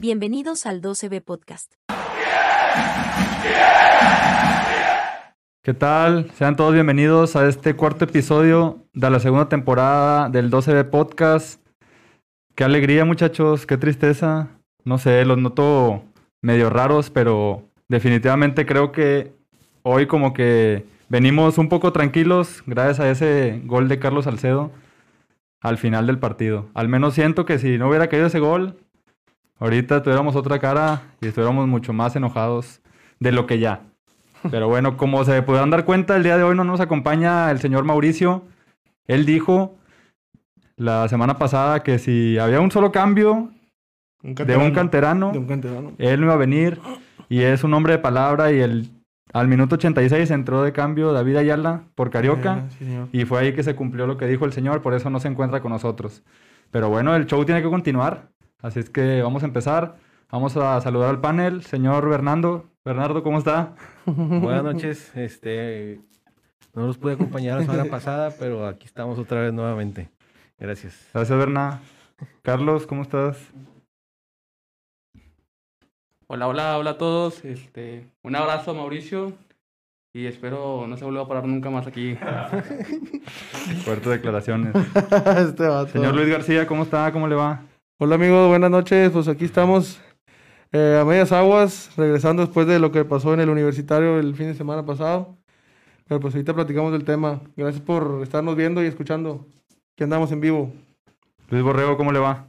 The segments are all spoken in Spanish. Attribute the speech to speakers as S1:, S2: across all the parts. S1: Bienvenidos al 12B Podcast.
S2: ¿Qué tal? Sean todos bienvenidos a este cuarto episodio de la segunda temporada del 12B Podcast. Qué alegría, muchachos, qué tristeza. No sé, los noto medio raros, pero definitivamente creo que hoy como que venimos un poco tranquilos gracias a ese gol de Carlos Salcedo al final del partido. Al menos siento que si no hubiera caído ese gol, ahorita tuviéramos otra cara y estuviéramos mucho más enojados de lo que ya. Pero bueno, como se podrán dar cuenta, el día de hoy no nos acompaña el señor Mauricio. Él dijo la semana pasada que si había un solo cambio
S3: Un
S2: de un canterano,
S3: De un canterano.
S2: él no iba a venir y es un hombre de palabra y el, al minuto 86 entró de cambio David Ayala por Carioca.
S3: Eh, sí, señor.
S2: Y fue ahí que se cumplió lo que dijo el señor, por eso no se encuentra con nosotros. Pero bueno, el show tiene que continuar, así es que vamos a empezar. Vamos a saludar al panel, señor Bernardo. Bernardo, ¿cómo está?
S4: Buenas noches, este no los pude acompañar la semana pasada, pero aquí estamos otra vez nuevamente. Gracias.
S2: Gracias, Berna. Carlos, ¿cómo estás?
S5: Hola, hola, hola a todos. Este, un abrazo a Mauricio y espero no se vuelva a parar nunca más aquí.
S2: Fuertes declaraciones.
S3: este vato.
S2: Señor Luis García, ¿cómo está? ¿Cómo le va?
S3: Hola amigos, buenas noches. Pues aquí estamos eh, a medias aguas, regresando después de lo que pasó en el universitario el fin de semana pasado. Pero pues ahorita platicamos del tema. Gracias por estarnos viendo y escuchando. Que andamos en vivo.
S2: Luis Borrego, ¿cómo le va?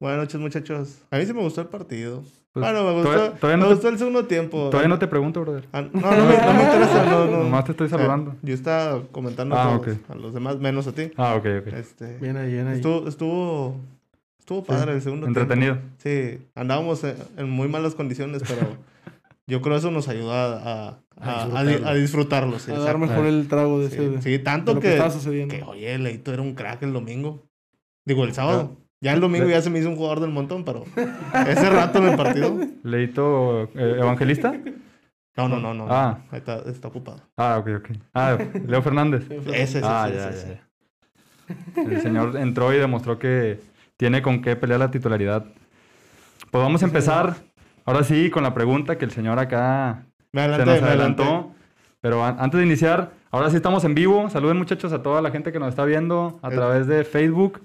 S6: Buenas noches, muchachos. A mí sí me gustó el partido.
S2: Pues,
S6: bueno, Ah, me
S2: todavía-
S6: gustó,
S2: todavía no
S6: me
S2: te-
S6: gustó el segundo tiempo.
S2: Todavía no te pregunto, brother.
S6: Ah, no, no, me- no me interesa. No, no.
S2: Nomás te estoy saludando.
S6: Eh, yo estaba comentando
S2: Ah,
S6: a, todos,
S2: ok.
S6: a los demás, menos a ti.
S2: Ah, ok, ok.
S6: Este,
S3: Bien ahí, bien ahí.
S6: estuvo, estuvo, estuvo padre el segundo
S2: Entretenido.
S6: tiempo. Sí, andábamos en, en muy malas condiciones, pero yo creo eso nos ayudó a, a, a- a di- a disfrutarlo. sí,
S3: a dar mejor el trago de
S6: exacto.
S3: ese.
S6: Sí, sí,
S3: de
S6: tanto
S3: lo que,
S6: que,
S3: estaba sucediendo.
S6: que, oye, Leito era un crack el domingo. Digo, el sábado.
S2: Ah,
S6: Ya el domingo ya se me hizo un jugador del montón, pero ese rato en el partido.
S2: ¿Leito eh, Evangelista?
S6: No, no, no, no. no.
S2: Ah.
S6: Ahí Está, está ocupado.
S2: Ah, ok, ok. Ah, Leo Fernández.
S6: Ese, ese,
S2: Ah,
S6: ese,
S2: ya,
S6: ese,
S2: ya,
S6: ese.
S2: ya. El señor entró y demostró que tiene con qué pelear la titularidad. Pues vamos a empezar ahora sí con la pregunta que el señor acá
S6: Me
S2: se
S6: adelanté,
S2: nos
S6: me adelanté.
S2: adelantó. Pero an- antes de iniciar, ahora sí estamos en vivo. Saluden muchachos a toda la gente que nos está viendo a
S6: Eh.
S2: través de Facebook.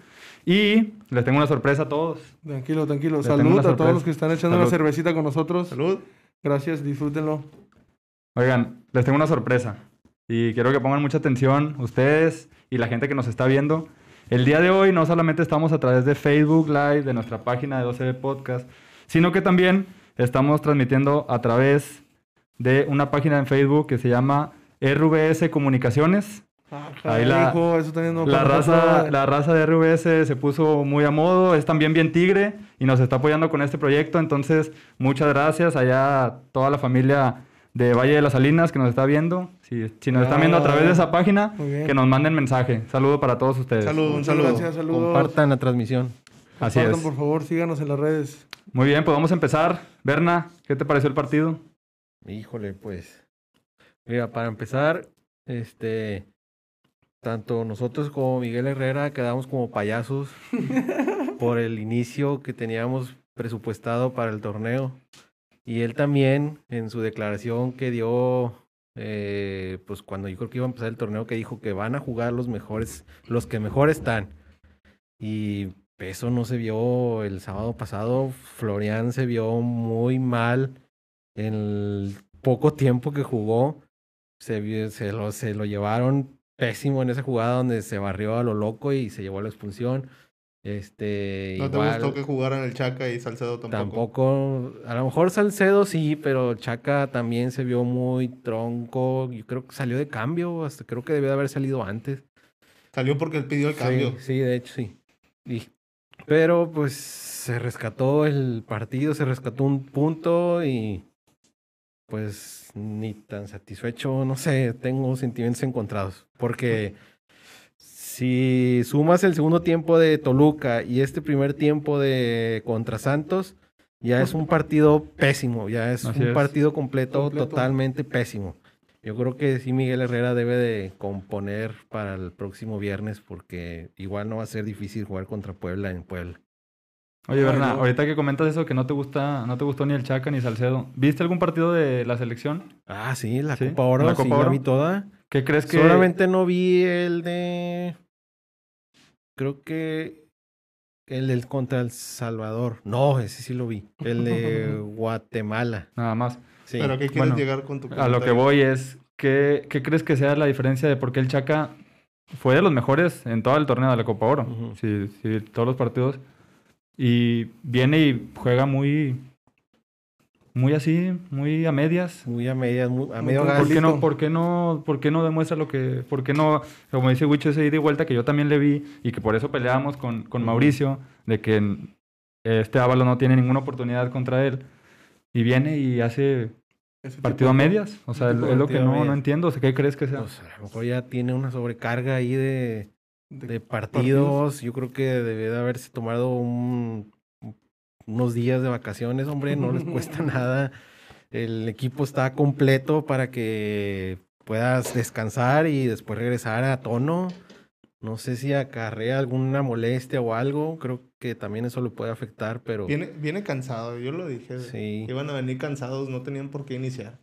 S2: Y les tengo una sorpresa a todos.
S3: Tranquilo, tranquilo.
S2: Le tengo
S3: Salud
S2: una
S3: a todos
S2: sorpresa.
S3: los que están echando
S2: Salud.
S3: una cervecita con nosotros.
S6: Salud.
S3: Gracias, disfrútenlo.
S2: Oigan, les tengo una sorpresa. Y quiero que pongan mucha atención ustedes y la gente que nos está viendo. El día de hoy no solamente estamos a través de Facebook Live, de nuestra página de 12B Podcast, sino que también estamos transmitiendo a través de una página en Facebook que se llama RVS Comunicaciones. Ahí la-
S3: Hijo, eso también no
S2: La
S3: pasa.
S2: raza, la raza de RVS se puso muy a modo, es también bien tigre y nos está apoyando con este proyecto. Entonces, muchas gracias allá a toda la familia de Valle de las Salinas que nos está viendo. Si, si nos están viendo a través de esa página,
S3: Muy bien.
S2: que nos manden mensaje. Saludo para todos ustedes.
S6: Salud, un
S3: Muchas
S6: saludo.
S3: Gracias, saludos.
S4: Compartan la transmisión.
S2: Así es.
S3: Compartan, por favor, síganos en las redes.
S2: Muy bien, pues vamos a empezar. Berna, ¿qué te pareció el partido?
S4: Híjole, pues. Mira, para empezar, este tanto nosotros como Miguel Herrera quedamos como payasos por el inicio que teníamos presupuestado para el torneo. Y él también, en su declaración que dio, eh, pues cuando yo creo que iba a empezar el torneo, que dijo que van a jugar los mejores, los que mejor están. Y eso no se vio el sábado pasado. Florian se vio muy mal en el poco tiempo que jugó. Se, vio- se, lo, se lo llevaron pésimo en esa jugada donde se barrió a lo loco y se llevó la expulsión. Este,
S6: No te
S4: igual-
S6: gustó que jugaran el Chaca y Salcedo tampoco.
S4: Tampoco. A lo mejor Salcedo sí, pero Chaca también se vio muy tronco. Yo creo que salió de cambio, hasta creo que debió de haber salido antes.
S6: Salió porque él pidió el cambio.
S4: Sí, sí, de hecho sí. Y- pero pues se rescató el partido, se rescató un punto y pues ni tan satisfecho, no sé, tengo sentimientos encontrados. Porque si sumas el segundo tiempo de Toluca y este primer tiempo de contra Santos, ya es un partido pésimo, ya es
S2: Así
S4: un
S2: es.
S4: partido completo,
S3: Completo.
S4: totalmente pésimo. Yo creo que sí Miguel Herrera debe de componer para el próximo viernes porque igual no va a ser difícil jugar contra Puebla en Puebla.
S2: Oye, Berna,
S4: luego-
S2: ahorita que comentas eso que no te gusta, no te gustó ni el Chaca ni Salcedo. ¿Viste algún partido de la selección?
S4: Ah, sí, la
S2: Sí,
S4: Copa Oro,
S2: la
S4: sí,
S2: Copa
S4: la
S2: Oro.
S4: vi toda.
S2: ¿Qué crees que
S4: Solamente no vi el de... Creo que el del contra El Salvador. No, ese sí lo vi. El de Guatemala.
S2: nada más?
S4: Sí.
S6: Pero ¿a qué quieres
S2: Bueno,
S6: llegar con tu
S2: A lo que
S6: comentario?
S2: voy es ¿qué, qué crees que sea la diferencia de por qué el Chaca fue de los mejores en todo el torneo de la Copa Oro?
S4: Ujú.
S2: Sí, sí, todos los partidos. Y viene y juega muy muy así, muy a medias.
S4: Muy a medias, muy- a
S6: Muy
S4: medio gas.
S2: ¿Por qué, no,
S6: Listo.
S2: ¿Por qué no? ¿Por qué no demuestra lo que? ¿Por qué no? Como dice Wicho, ese ida y vuelta que yo también le vi y que por eso peleábamos con, con Mauricio, de que en- este Ávalo no tiene ninguna oportunidad contra él. Y viene y hace
S6: Ese
S2: partido a medias. O sea, es
S4: tipo de
S2: es lo que
S4: partido a
S2: no, no
S4: medias.
S2: entiendo. O sea, ¿Qué crees que sea?
S4: Pues, a lo mejor ya tiene una sobrecarga ahí de...
S6: tipo de-
S4: de partidos. Yo creo que debe de haberse tomado un- unos días de vacaciones, hombre, no les cuesta nada. El equipo está completo para que puedas descansar y después regresar a tono. No sé si acarrea alguna molestia o algo, creo que también eso le puede afectar, pero
S6: Viene, viene cansado, yo lo dije.
S4: sí.
S6: Iban a venir cansados, no tenían por qué iniciar.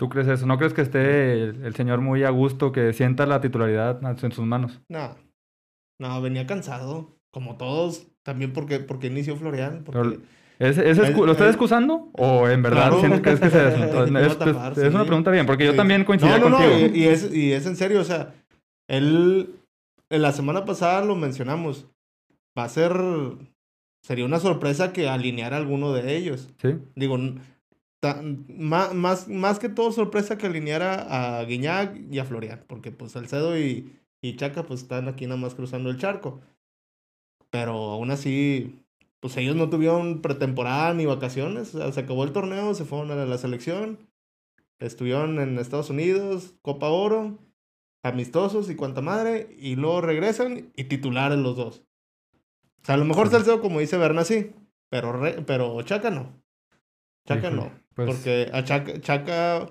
S2: ¿Tú crees eso? ¿No crees que esté el, el señor muy a gusto, que sienta la titularidad en sus manos?
S6: Nada. No, venía cansado, como todos. También porque, porque inició Florian. Porque...
S2: Pero- ¿Es, es excu-
S6: Es-
S2: ¿Lo estás
S6: es-
S2: excusando? ¿O en verdad
S6: Claro.
S2: sientes- crees que se deslentó?
S6: Iba a
S2: Es,
S6: tapar,
S2: es- es una
S6: sí.
S2: pregunta bien, porque yo
S6: Sí.
S2: también coincido
S6: no, no,
S2: contigo.
S6: no, y, y es, y es en serio, o sea, él, en la semana pasada lo mencionamos, va a ser, sería una sorpresa que alinear a alguno de ellos.
S2: Sí.
S6: Digo, n- ta- ma- más, más que todo sorpresa que alineara a Guiñac y a Florian, porque pues Salcedo y, y Chaca pues están aquí nada más cruzando el charco. Pero aún así, pues ellos no tuvieron pretemporada ni vacaciones, o sea, se acabó el torneo, se fueron a la selección, estuvieron en Estados Unidos, Copa Oro, amistosos y cuanta madre, y luego regresan y titulares los dos. O sea, a lo mejor Salcedo, como dice Berna, sí, pero, re- pero Chaca no. Chaca
S2: Híjole,
S6: no.
S2: pues-
S6: Porque a Chaca, Chaca,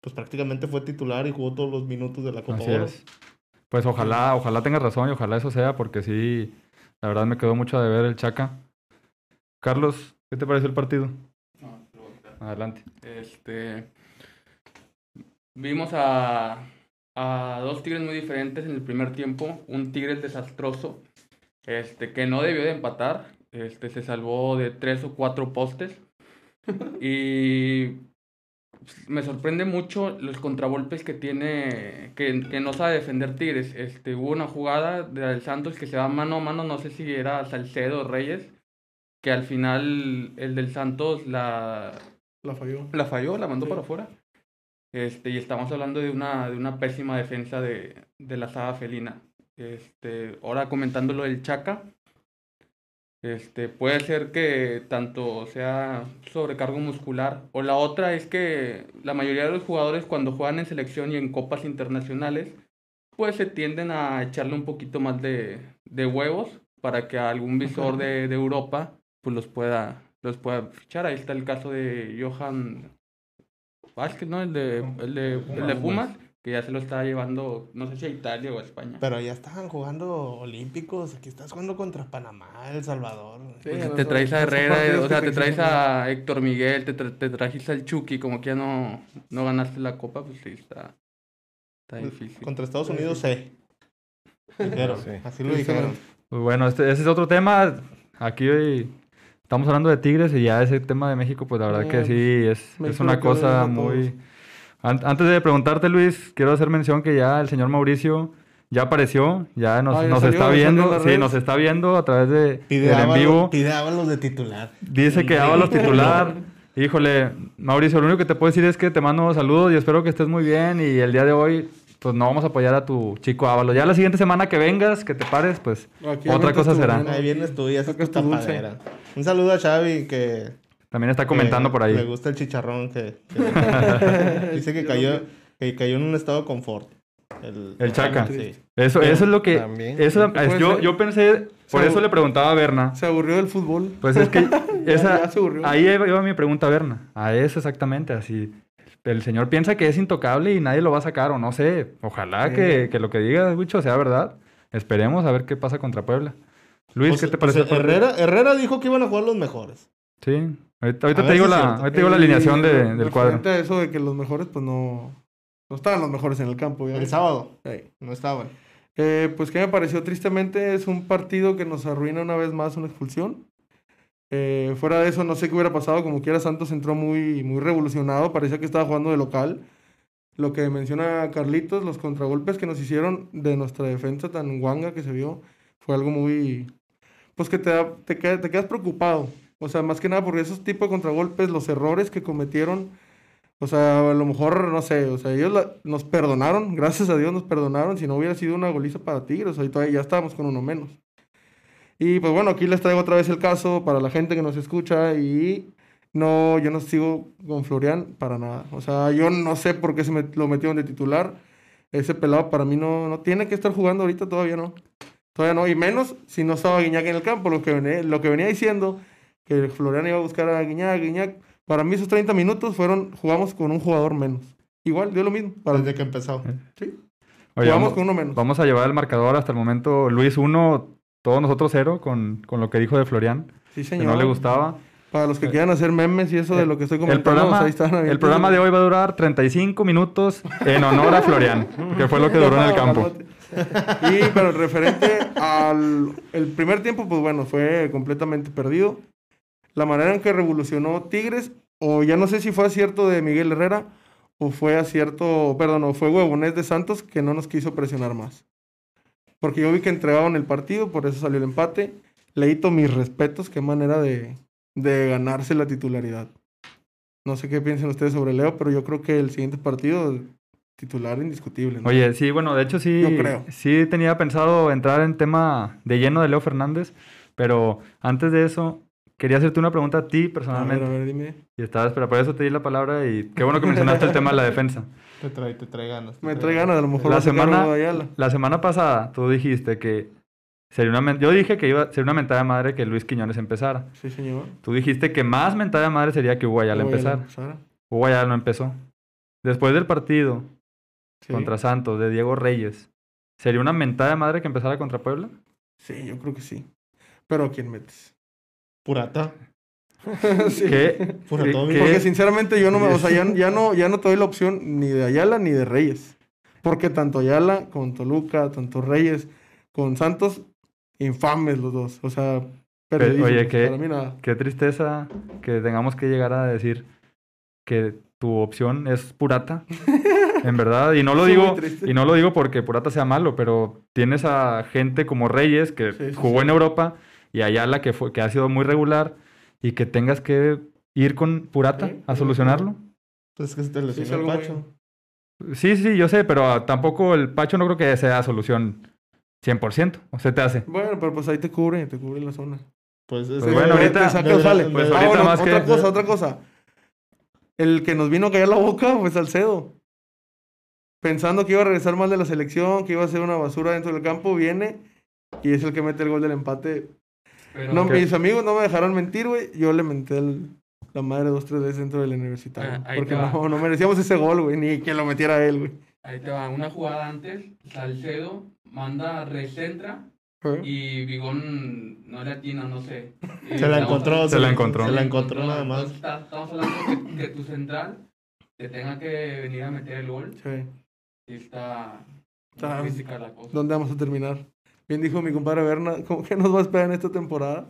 S6: pues prácticamente fue titular y jugó todos los minutos de la Copa
S2: Así
S6: Oro.
S2: es. Pues ojalá, ojalá tengas razón y ojalá eso sea, porque sí, la verdad me quedó mucho de ver el Chaca. Carlos, ¿qué te pareció el partido?
S5: No, te lo voy a quitar.
S2: Adelante.
S5: Este. Vimos a, a dos Tigres muy diferentes en el primer tiempo. Un Tigres desastroso, este, que no debió de empatar. Este, se salvó de tres o cuatro postes. Y me sorprende mucho los contragolpes que tiene, que, que no sabe defender Tigres. Este, hubo una jugada de del Santos que se va mano a mano, no sé si era Salcedo o Reyes, que al final el del Santos la,
S3: La falló.
S5: la falló, la mandó
S3: Sí.
S5: para afuera. Este, y estamos hablando de una, de una pésima defensa de, de la saga felina. Este, ahora comentando lo del Chaca, este, puede ser que tanto sea sobrecargo muscular o la otra es que la mayoría de los jugadores cuando juegan en selección y en copas internacionales, pues se tienden a echarle un poquito más de, de huevos para que algún visor de, de Europa pues los pueda, los pueda fichar. Ahí está el caso de Johan Vázquez, ¿no? El de, el de, el de Pumas, que ya se lo está llevando, no sé si a Italia o a España.
S6: Pero ya estaban jugando olímpicos, aquí estás jugando contra Panamá, El Salvador.
S3: Sí,
S5: Pues,
S3: a
S5: te
S3: los-
S5: traes a
S3: los
S5: Herrera,
S3: partidos
S5: eh, o
S3: que
S5: sea, te traes
S3: hicimos,
S5: a Héctor Miguel, te, tra- te trajiste al Chucky, como que ya no, no ganaste la copa, pues sí, está,
S6: Pues,
S5: está difícil.
S6: Contra Estados Unidos, sí. Dijeron,
S4: Sí.
S6: así lo dijeron.
S2: Pues bueno, este, ese es otro tema. Aquí hoy estamos hablando de Tigres y ya ese tema de México, pues la verdad que
S3: Eh,
S2: sí, es, es
S3: México
S2: una
S3: lo que le gusta
S2: cosa
S3: a
S2: muy... An- Antes de preguntarte, Luis, quiero hacer mención que ya el señor Mauricio ya apareció, ya nos,
S3: Ah, ya
S2: nos
S3: salió,
S2: está
S3: ya salió en
S2: viendo,
S3: las
S2: sí,
S3: redes.
S2: nos está viendo a través de
S6: Pide
S2: del en
S6: Ábalos-
S2: vivo.
S6: pide Ábalos de titular.
S2: Dice que Ábalos titular. Híjole, Mauricio, lo único que te puedo decir es que te mando saludos y espero que estés muy bien. Y el día de hoy, pues no vamos a apoyar a tu chico Ábalos. Ya la siguiente semana que vengas, que te pares, pues
S3: Aquí
S2: otra
S3: aventas
S2: cosa
S3: tu
S2: será.
S3: veneno.
S6: Ahí vienes tú y haces
S3: Sacas
S6: tu
S3: tu dulce.
S6: tapadera. Un saludo a Xavi que
S2: también
S3: Eh,
S2: está comentando
S6: que
S2: por
S6: Le
S2: ahí.
S6: gusta el chicharrón que, que- dice que cayó, que cayó en un estado de confort. El,
S2: El Chaca.
S6: Sí.
S2: Eso, eso es lo que.
S4: También.
S2: Eso,
S3: ¿Qué puede
S2: yo,
S3: ser?
S2: yo pensé, por
S3: Salud.
S2: eso le preguntaba a Berna.
S3: Se aburrió del fútbol.
S2: Pues es que esa,
S3: ya se aburrió.
S2: ahí iba iba mi pregunta, Berna. A eso exactamente, así. El señor piensa que es intocable y nadie lo va a sacar, o no sé. Ojalá
S3: Sí.
S2: que, que lo que diga Wicho sea verdad. Esperemos a ver qué pasa contra Puebla. Luis,
S6: Pues-
S2: ¿qué te
S6: pues
S2: parece?
S6: Herrera, Herrera dijo que iban a jugar los mejores.
S2: Sí. Ahorita, ahorita
S6: A
S2: te
S6: ver
S2: digo
S6: si es
S2: la,
S6: cierto.
S2: ahorita Ah, te digo la
S3: Y
S2: alineación de-
S3: re-
S2: del cuadro.
S3: Eh, referente a eso de que los mejores, pues no. No estaban los mejores en el campo,
S6: El
S3: obviamente.
S6: sábado.
S3: Ey.
S6: No estaban.
S3: Eh, pues que me pareció tristemente, es un partido que nos arruina una vez más una expulsión. Eh, fuera de eso, no sé qué hubiera pasado. Como quiera, Santos entró muy, muy revolucionado. Parecía que estaba jugando de local. Lo que menciona Carlitos, los contragolpes que nos hicieron de nuestra defensa tan guanga que se vio, fue algo muy. Pues que te, da- te, queda- te quedas preocupado. O sea, más que nada por esos tipos de contragolpes, los errores que cometieron. O sea, a lo mejor, no sé, o sea, ellos la- nos perdonaron, gracias a Dios nos perdonaron, si no hubiera sido una goliza para Tigres, ahí todavía ya estábamos con uno menos. Y pues bueno, aquí les traigo otra vez el caso para la gente que nos escucha y no, yo no sigo con Florian para nada. O sea, yo no sé por qué se me, lo metieron de titular. Ese pelado para mí no, no tiene que estar jugando ahorita, todavía no. Todavía no, y menos si no estaba Guiñac en el campo, lo que venía, lo que venía diciendo, que Florian iba a buscar a Guiñac, Guiñac. Para mí esos 30 minutos fueron, jugamos con un jugador menos. Igual, dio lo mismo. Para,
S6: Desde que empezó.
S2: Oye,
S3: jugamos
S2: vamos,
S3: con uno menos.
S2: vamos a llevar el marcador hasta el momento. Luis 1, todos nosotros 0, con, con lo que dijo de Florian,
S3: Sí,
S2: que
S3: señor.
S2: no le gustaba. Eh,
S3: Para los que quieran hacer memes y eso de lo que estoy
S2: El
S3: comentando, pues
S2: programa,
S3: ahí están
S2: el programa de hoy va a durar 35 minutos en honor a Florian, que fue lo que duró en el campo.
S3: Y pero referente al el primer tiempo, pues bueno, fue completamente perdido. La manera en que revolucionó Tigres, o ya no sé si fue acierto de Miguel Herrera, o fue acierto, perdón, o fue huevonés de Santos que no nos quiso presionar más. Porque yo vi que entregaban el partido, por eso salió el empate. Leito, mis respetos, qué manera de, de ganarse la titularidad. No sé qué piensen ustedes sobre Leo, pero yo creo que el siguiente partido, titular indiscutible. ¿no?
S2: Oye, sí, bueno, de hecho sí,
S3: Yo creo.
S2: sí tenía pensado entrar en tema de lleno de Leo Fernández, pero antes de eso, quería hacerte una pregunta a ti
S3: A
S2: personalmente.
S3: ver, a ver, dime.
S2: Y estaba, pero por eso te di la palabra y qué bueno que mencionaste el tema de la defensa.
S6: Te trae, te trae ganas. te
S3: Me trae ganas, a lo mejor
S2: La
S3: va a sacar
S2: semana-
S3: algo de Ayala.
S2: La semana pasada tú dijiste que sería una men- yo dije que iba sería una mentada de madre que Luis Quiñones empezara.
S3: Sí, señor.
S2: Tú dijiste que más mentada de madre sería que Hugo Ayala
S3: Voy a
S2: empezara.
S3: empezar.
S2: Hugo Ayala no empezó. Después del partido
S3: Sí.
S2: contra Santos de Diego Reyes, ¿sería una mentada de madre que empezara contra Puebla?
S3: Sí, yo creo que sí. Pero ¿a quién metes?
S6: Purata.
S3: Sí.
S2: ¿Qué?
S6: Puratovic.
S2: ¿Qué?
S3: Porque sinceramente yo no me, o sea, ya, ya no, ya no te doy la opción ni de Ayala ni de Reyes. Porque tanto Ayala con Toluca, tanto Reyes, con Santos, infames los dos. O sea, perdidísimos.
S2: oye, ¿qué?
S3: Para mí nada.
S2: Qué tristeza que tengamos que llegar a decir que tu opción es Purata. En verdad, y no lo
S3: Sí, muy
S2: digo
S3: triste.
S2: y no lo digo porque Purata sea malo, pero tienes a gente como Reyes que
S3: Sí, sí,
S2: jugó en Europa y Ayala que fue que ha sido muy regular y que tengas que ir con Purata
S3: Sí,
S2: a
S3: sí,
S2: solucionarlo.
S6: Pues que se te
S3: Sí, es
S6: lesionó el
S3: algo muy-
S6: Pacho.
S2: Sí, sí, yo sé, pero ah, tampoco el Pacho no creo que sea solución 100%, o se te hace.
S3: Bueno, pero pues ahí te cubre, te cubre la zona.
S6: Pues es
S2: Pues
S6: que-
S2: bueno,
S3: Te-
S2: ahorita-
S3: te saca o
S6: deberá-
S3: sale.
S6: pues
S3: Ah,
S2: ahorita
S3: bueno,
S2: más
S3: otra
S2: que-
S3: cosa, otra cosa. El que nos vino a callar la boca fue Salcedo. Pensando que iba a regresar mal de la selección, que iba a ser una basura dentro del campo, viene y es el que mete el gol del empate. no,
S2: Ok.
S3: Mis amigos no me dejaron mentir, güey. Yo le menté el- la madre dos, tres veces dentro del universitario.
S5: Ah, ahí
S3: porque
S5: te va.
S3: no, no merecíamos ese gol, güey. Ni que lo metiera él, güey.
S5: Ahí te va, una jugada antes, Salcedo manda, recentra y Vigón no le atina, no sé. Y
S6: Se la
S5: estamos-
S6: encontró.
S2: Se la encontró.
S6: Se la encontró nada más.
S5: Entonces, está- Estamos hablando que, que tu central te tenga que venir a meter el gol.
S3: Sí.
S5: Y está
S3: Está-
S5: está física la cosa.
S3: ¿Dónde vamos a terminar? Bien dijo mi compadre Berna, ¿cómo que nos va a esperar en esta temporada?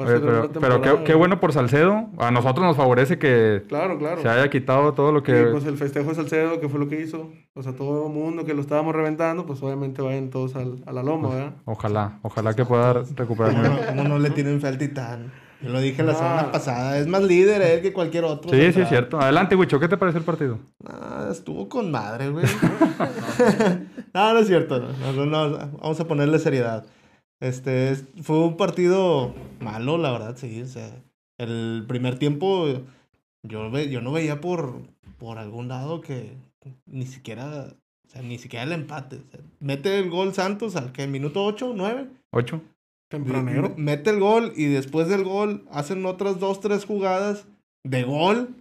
S3: Va a
S2: Oye,
S3: ser
S2: Eh, pero
S3: una
S2: pero
S3: temporada,
S2: qué, qué
S3: güey.
S2: bueno por Salcedo. A nosotros nos favorece que
S3: Claro, claro.
S2: se haya quitado todo lo que...
S3: Y pues el festejo de Salcedo, que fue lo que hizo. O sea, todo el mundo que lo estábamos reventando, pues obviamente vayan todos al- a la loma,
S2: Pues,
S3: ¿verdad?
S2: Ojalá, ojalá que pueda recuperar.
S6: ¿Cómo
S2: nivel.
S6: no, cómo no le tienen fe al titán? Yo lo dije la
S3: Ah.
S6: semana pasada. Es más líder él que cualquier otro.
S2: Sí, sí,
S6: central.
S2: es cierto. Adelante, Wicho, ¿qué te pareció el partido?
S6: Ah, estuvo con madre, güey. no, no es cierto. no, no, no, vamos a ponerle seriedad. Este, es- fue un partido malo, la verdad, sí. O sea, el primer tiempo yo, ve- yo no veía por, por algún lado que ni siquiera, o sea, ni siquiera el empate. O sea, mete el gol Santos al que minuto 8, 9.
S2: ¿Ocho?
S3: Tempranero.
S6: M- Mete el gol y después del gol hacen otras dos, tres jugadas de gol.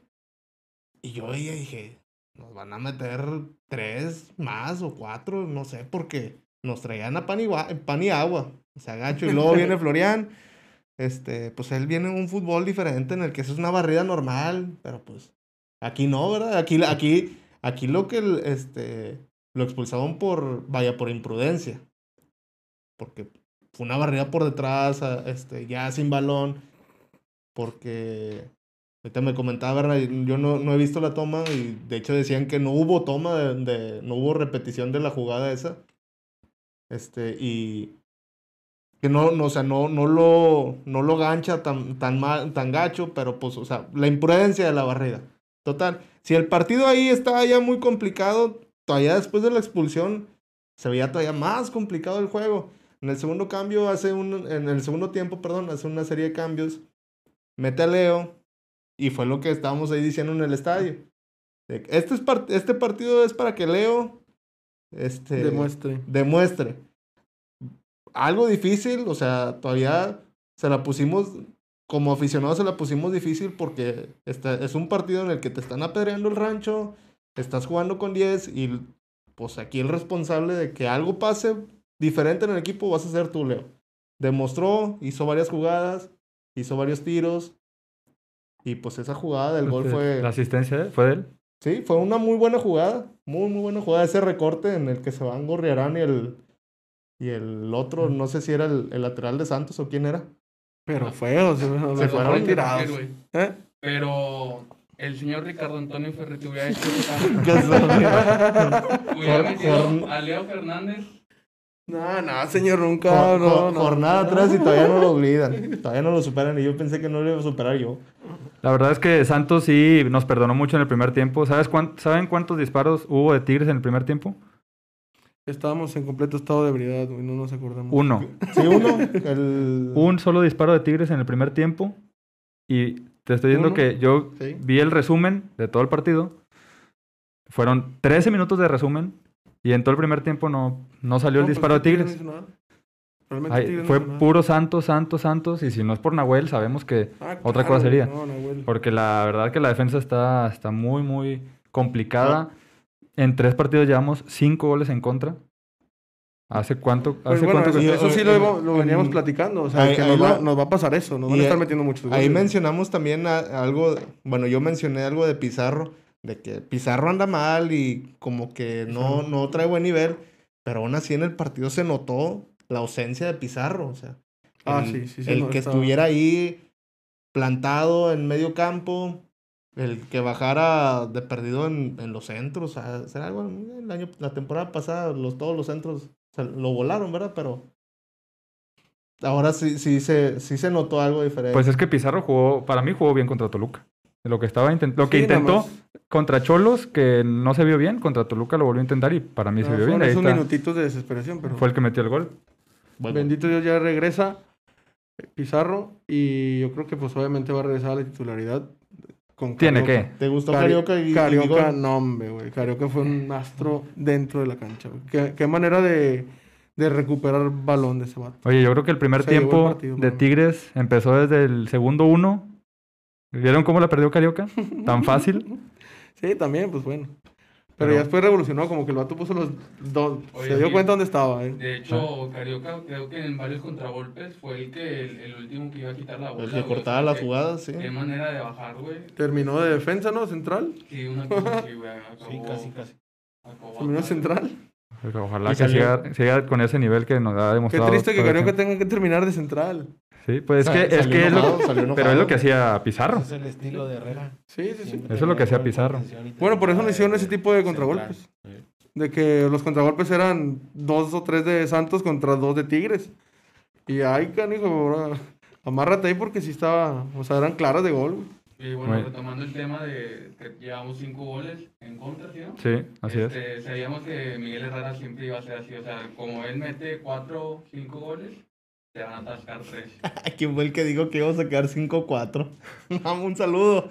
S6: Y yo veía y dije, nos van a meter tres más o cuatro, no sé, porque nos traían a pan y, gua- pan y agua. O sea, gacho. Y luego viene Florian. Este, pues él viene en un fútbol diferente en el que eso es una barrida normal. Pero pues aquí no, ¿verdad? Aquí, aquí, aquí lo que el- este, lo expulsaban por, vaya, por imprudencia. Porque fue una barrida por detrás, a- este, ya sin balón. Porque ahorita me comentaba, ¿verdad? yo no, no he visto la toma y de hecho decían que no hubo toma, de, de- no hubo repetición de la jugada esa. Este, y que no, no, o sea, no, no lo, no lo gancha tan, tan mal, tan gacho, pero pues, o sea, la imprudencia de la barrida. Total, si el partido ahí estaba ya muy complicado, todavía después de la expulsión se veía todavía más complicado el juego. En el segundo cambio hace un, en el segundo tiempo, perdón, hace una serie de cambios, mete a Leo y fue lo que estábamos ahí diciendo en el estadio. De que Este, es par- este partido es para que Leo este,
S3: Demuestre.
S6: demuestre. Algo difícil, o sea, todavía se la pusimos, como aficionados se la pusimos difícil porque esta- es un partido en el que te están apedreando el rancho, estás jugando con 10 y pues aquí el responsable de que algo pase diferente en el equipo vas a ser tú, Leo. Demostró, hizo varias jugadas, hizo varios tiros y pues esa jugada del gol fue...
S2: Este, ¿La asistencia de él? fue de él?
S6: Sí, fue una muy buena jugada. Muy, muy buena jugada. Ese recorte en el que se van Gorriarán y el, y el otro, no sé si era el, el lateral de Santos o quién era.
S3: Pero feo, Ah. se,
S6: Se fueron
S5: Pero,
S6: tirados.
S5: güey,
S3: ¿Eh?
S5: Pero el señor Ricardo Antonio Ferretti hubiera hecho
S6: Ya sabía.
S5: hubiera
S6: Jor-
S5: metido
S6: Jorn-
S5: a Leo Fernández.
S3: No, no, señor Ronca,
S6: Jor-
S3: no,
S6: jor-
S3: no.
S6: Jornada atrás y todavía no lo olvidan. Todavía no lo superan y yo pensé que no lo iba a superar yo.
S2: La verdad es que Santos sí nos perdonó mucho en el primer tiempo. ¿Sabes cuán- ¿Saben cuántos disparos hubo de Tigres en el primer tiempo?
S3: Estábamos en completo estado de ebriedad, güey, no nos acordamos.
S2: Uno.
S6: Sí, uno, el...
S2: Un solo disparo de Tigres en el primer tiempo. Y te estoy diciendo
S3: Uno.
S2: que yo
S6: Sí.
S2: vi el resumen de todo el partido. Fueron 13 minutos de resumen. Y en todo el primer tiempo no, no salió el
S3: No, pues,
S2: disparo de Tigres.
S3: no hizo nada. Realmente
S2: Ay,
S3: Tigres no
S2: fue
S3: hizo nada.
S2: puro Santos, Santos, Santos. Y si no es por Nahuel, sabemos que.
S3: Ah,
S2: otra cosa sería. Pues,
S3: No, Nahuel.
S2: Porque la verdad que la defensa está, está muy, muy complicada. En tres partidos llevamos cinco goles en contra. ¿Hace cuánto?
S3: Pues
S2: ¿Hace
S3: bueno,
S2: cuánto? eh,
S3: eso, eso
S6: Y-
S3: sí lo,
S6: en-
S3: hemos- lo veníamos
S6: en-
S3: platicando. O sea,
S6: ahí-
S3: que
S6: ahí
S3: nos, va,
S6: la-
S3: nos va a pasar eso. Nos van
S6: y
S3: a estar
S6: ahí-
S3: metiendo muchos goles.
S6: Ahí mencionamos también a- algo, bueno, yo mencioné algo de Pizarro, de que Pizarro anda mal y como que no, no trae buen nivel, pero aún así en el partido se notó la ausencia de Pizarro, o sea,
S3: Ah,
S6: el,
S3: sí, sí, sí,
S6: el
S3: no,
S6: que
S3: estaba-
S6: estuviera ahí plantado en medio campo, el que bajara de perdido en, en los centros, o sea, será algo, el año, la temporada pasada los, todos los centros se lo volaron, ¿verdad? Pero... Ahora sí, sí, se, sí se notó algo diferente.
S2: Pues es que Pizarro jugó, para mí jugó bien contra Toluca. Lo que estaba intent- lo que
S3: Sí, nada
S2: intentó
S3: más.
S2: contra Cholos, que no se vio bien, contra Toluca lo volvió a intentar y para mí se
S3: Ah,
S2: vio bien.
S3: fueron
S2: Ahí
S3: esos
S2: está.
S3: minutitos de desesperación, pero.
S2: Fue el que metió el gol.
S6: Bueno,
S3: Bendito Dios ya regresa eh, Pizarro y yo creo que pues obviamente va a regresar a la titularidad. Con
S2: Tiene
S3: Carioca.
S2: que.
S6: ¿Te gustó
S3: Cari-
S6: Carioca y, y
S3: Carioca,
S6: Vigón?
S3: no, hombre, güey. Carioca fue un astro dentro de la cancha, güey. Qué, qué manera de, de recuperar balón de ese vato.
S2: Oye, yo creo que el primer
S3: Se llevó el
S2: tiempo
S3: partido,
S2: de
S3: para mí.
S2: Tigres empezó desde el segundo uno. ¿Vieron cómo la perdió Carioca? Tan fácil.
S3: Sí, también, pues bueno. Pero,
S2: Pero-
S3: ya después revolucionó, como que el vato puso los dos.
S5: Oye,
S3: se dio
S5: sí.
S3: cuenta dónde estaba, eh.
S5: De hecho, Carioca creo que en varios contragolpes fue el que el, el último que iba a quitar la bola.
S6: El que
S5: güey,
S6: cortaba la
S5: porque
S6: jugada, sí.
S5: Qué manera de bajar, güey.
S3: Terminó de defensa, ¿no? Central.
S5: Sí, una cosa así, güey. acabó- acabó
S3: Terminó
S5: acá.
S3: central.
S2: Ojalá
S6: Y
S2: que
S6: salió.
S2: siga, siga con ese nivel que nos ha
S3: Qué
S2: demostrado.
S3: triste que
S2: todo el
S3: Carioca
S2: tiempo.
S3: tenga que terminar de central.
S2: Sí, pues es
S6: Sa-
S2: que es,
S6: salió
S2: que es lo
S6: enojado,
S2: que-
S6: salió enojado.
S2: Pero es lo que hacía Pizarro.
S4: es el estilo de Herrera.
S3: Sí, sí, sí.
S2: Eso es lo que hacía Pizarro.
S3: Bueno, por eso no hicieron
S6: Eh,
S3: ese tipo de contragolpes. De que los contragolpes eran dos o tres de Santos contra dos de Tigres. Y ay, canijo, ahora amárrate ahí porque sí estaba, o sea, eran claras de gol. güey.
S5: Y bueno,
S2: Güey.
S5: retomando el tema de que llevamos cinco goles en contra, ¿sí? no?
S2: Sí, así es.
S5: Este, Sabíamos que Miguel Herrera siempre iba a ser así, o sea, como él mete cuatro, cinco goles, te van a atascar tres.
S6: ¿Quién fue el que dijo que íbamos a quedar 5-4? Vamos, un saludo.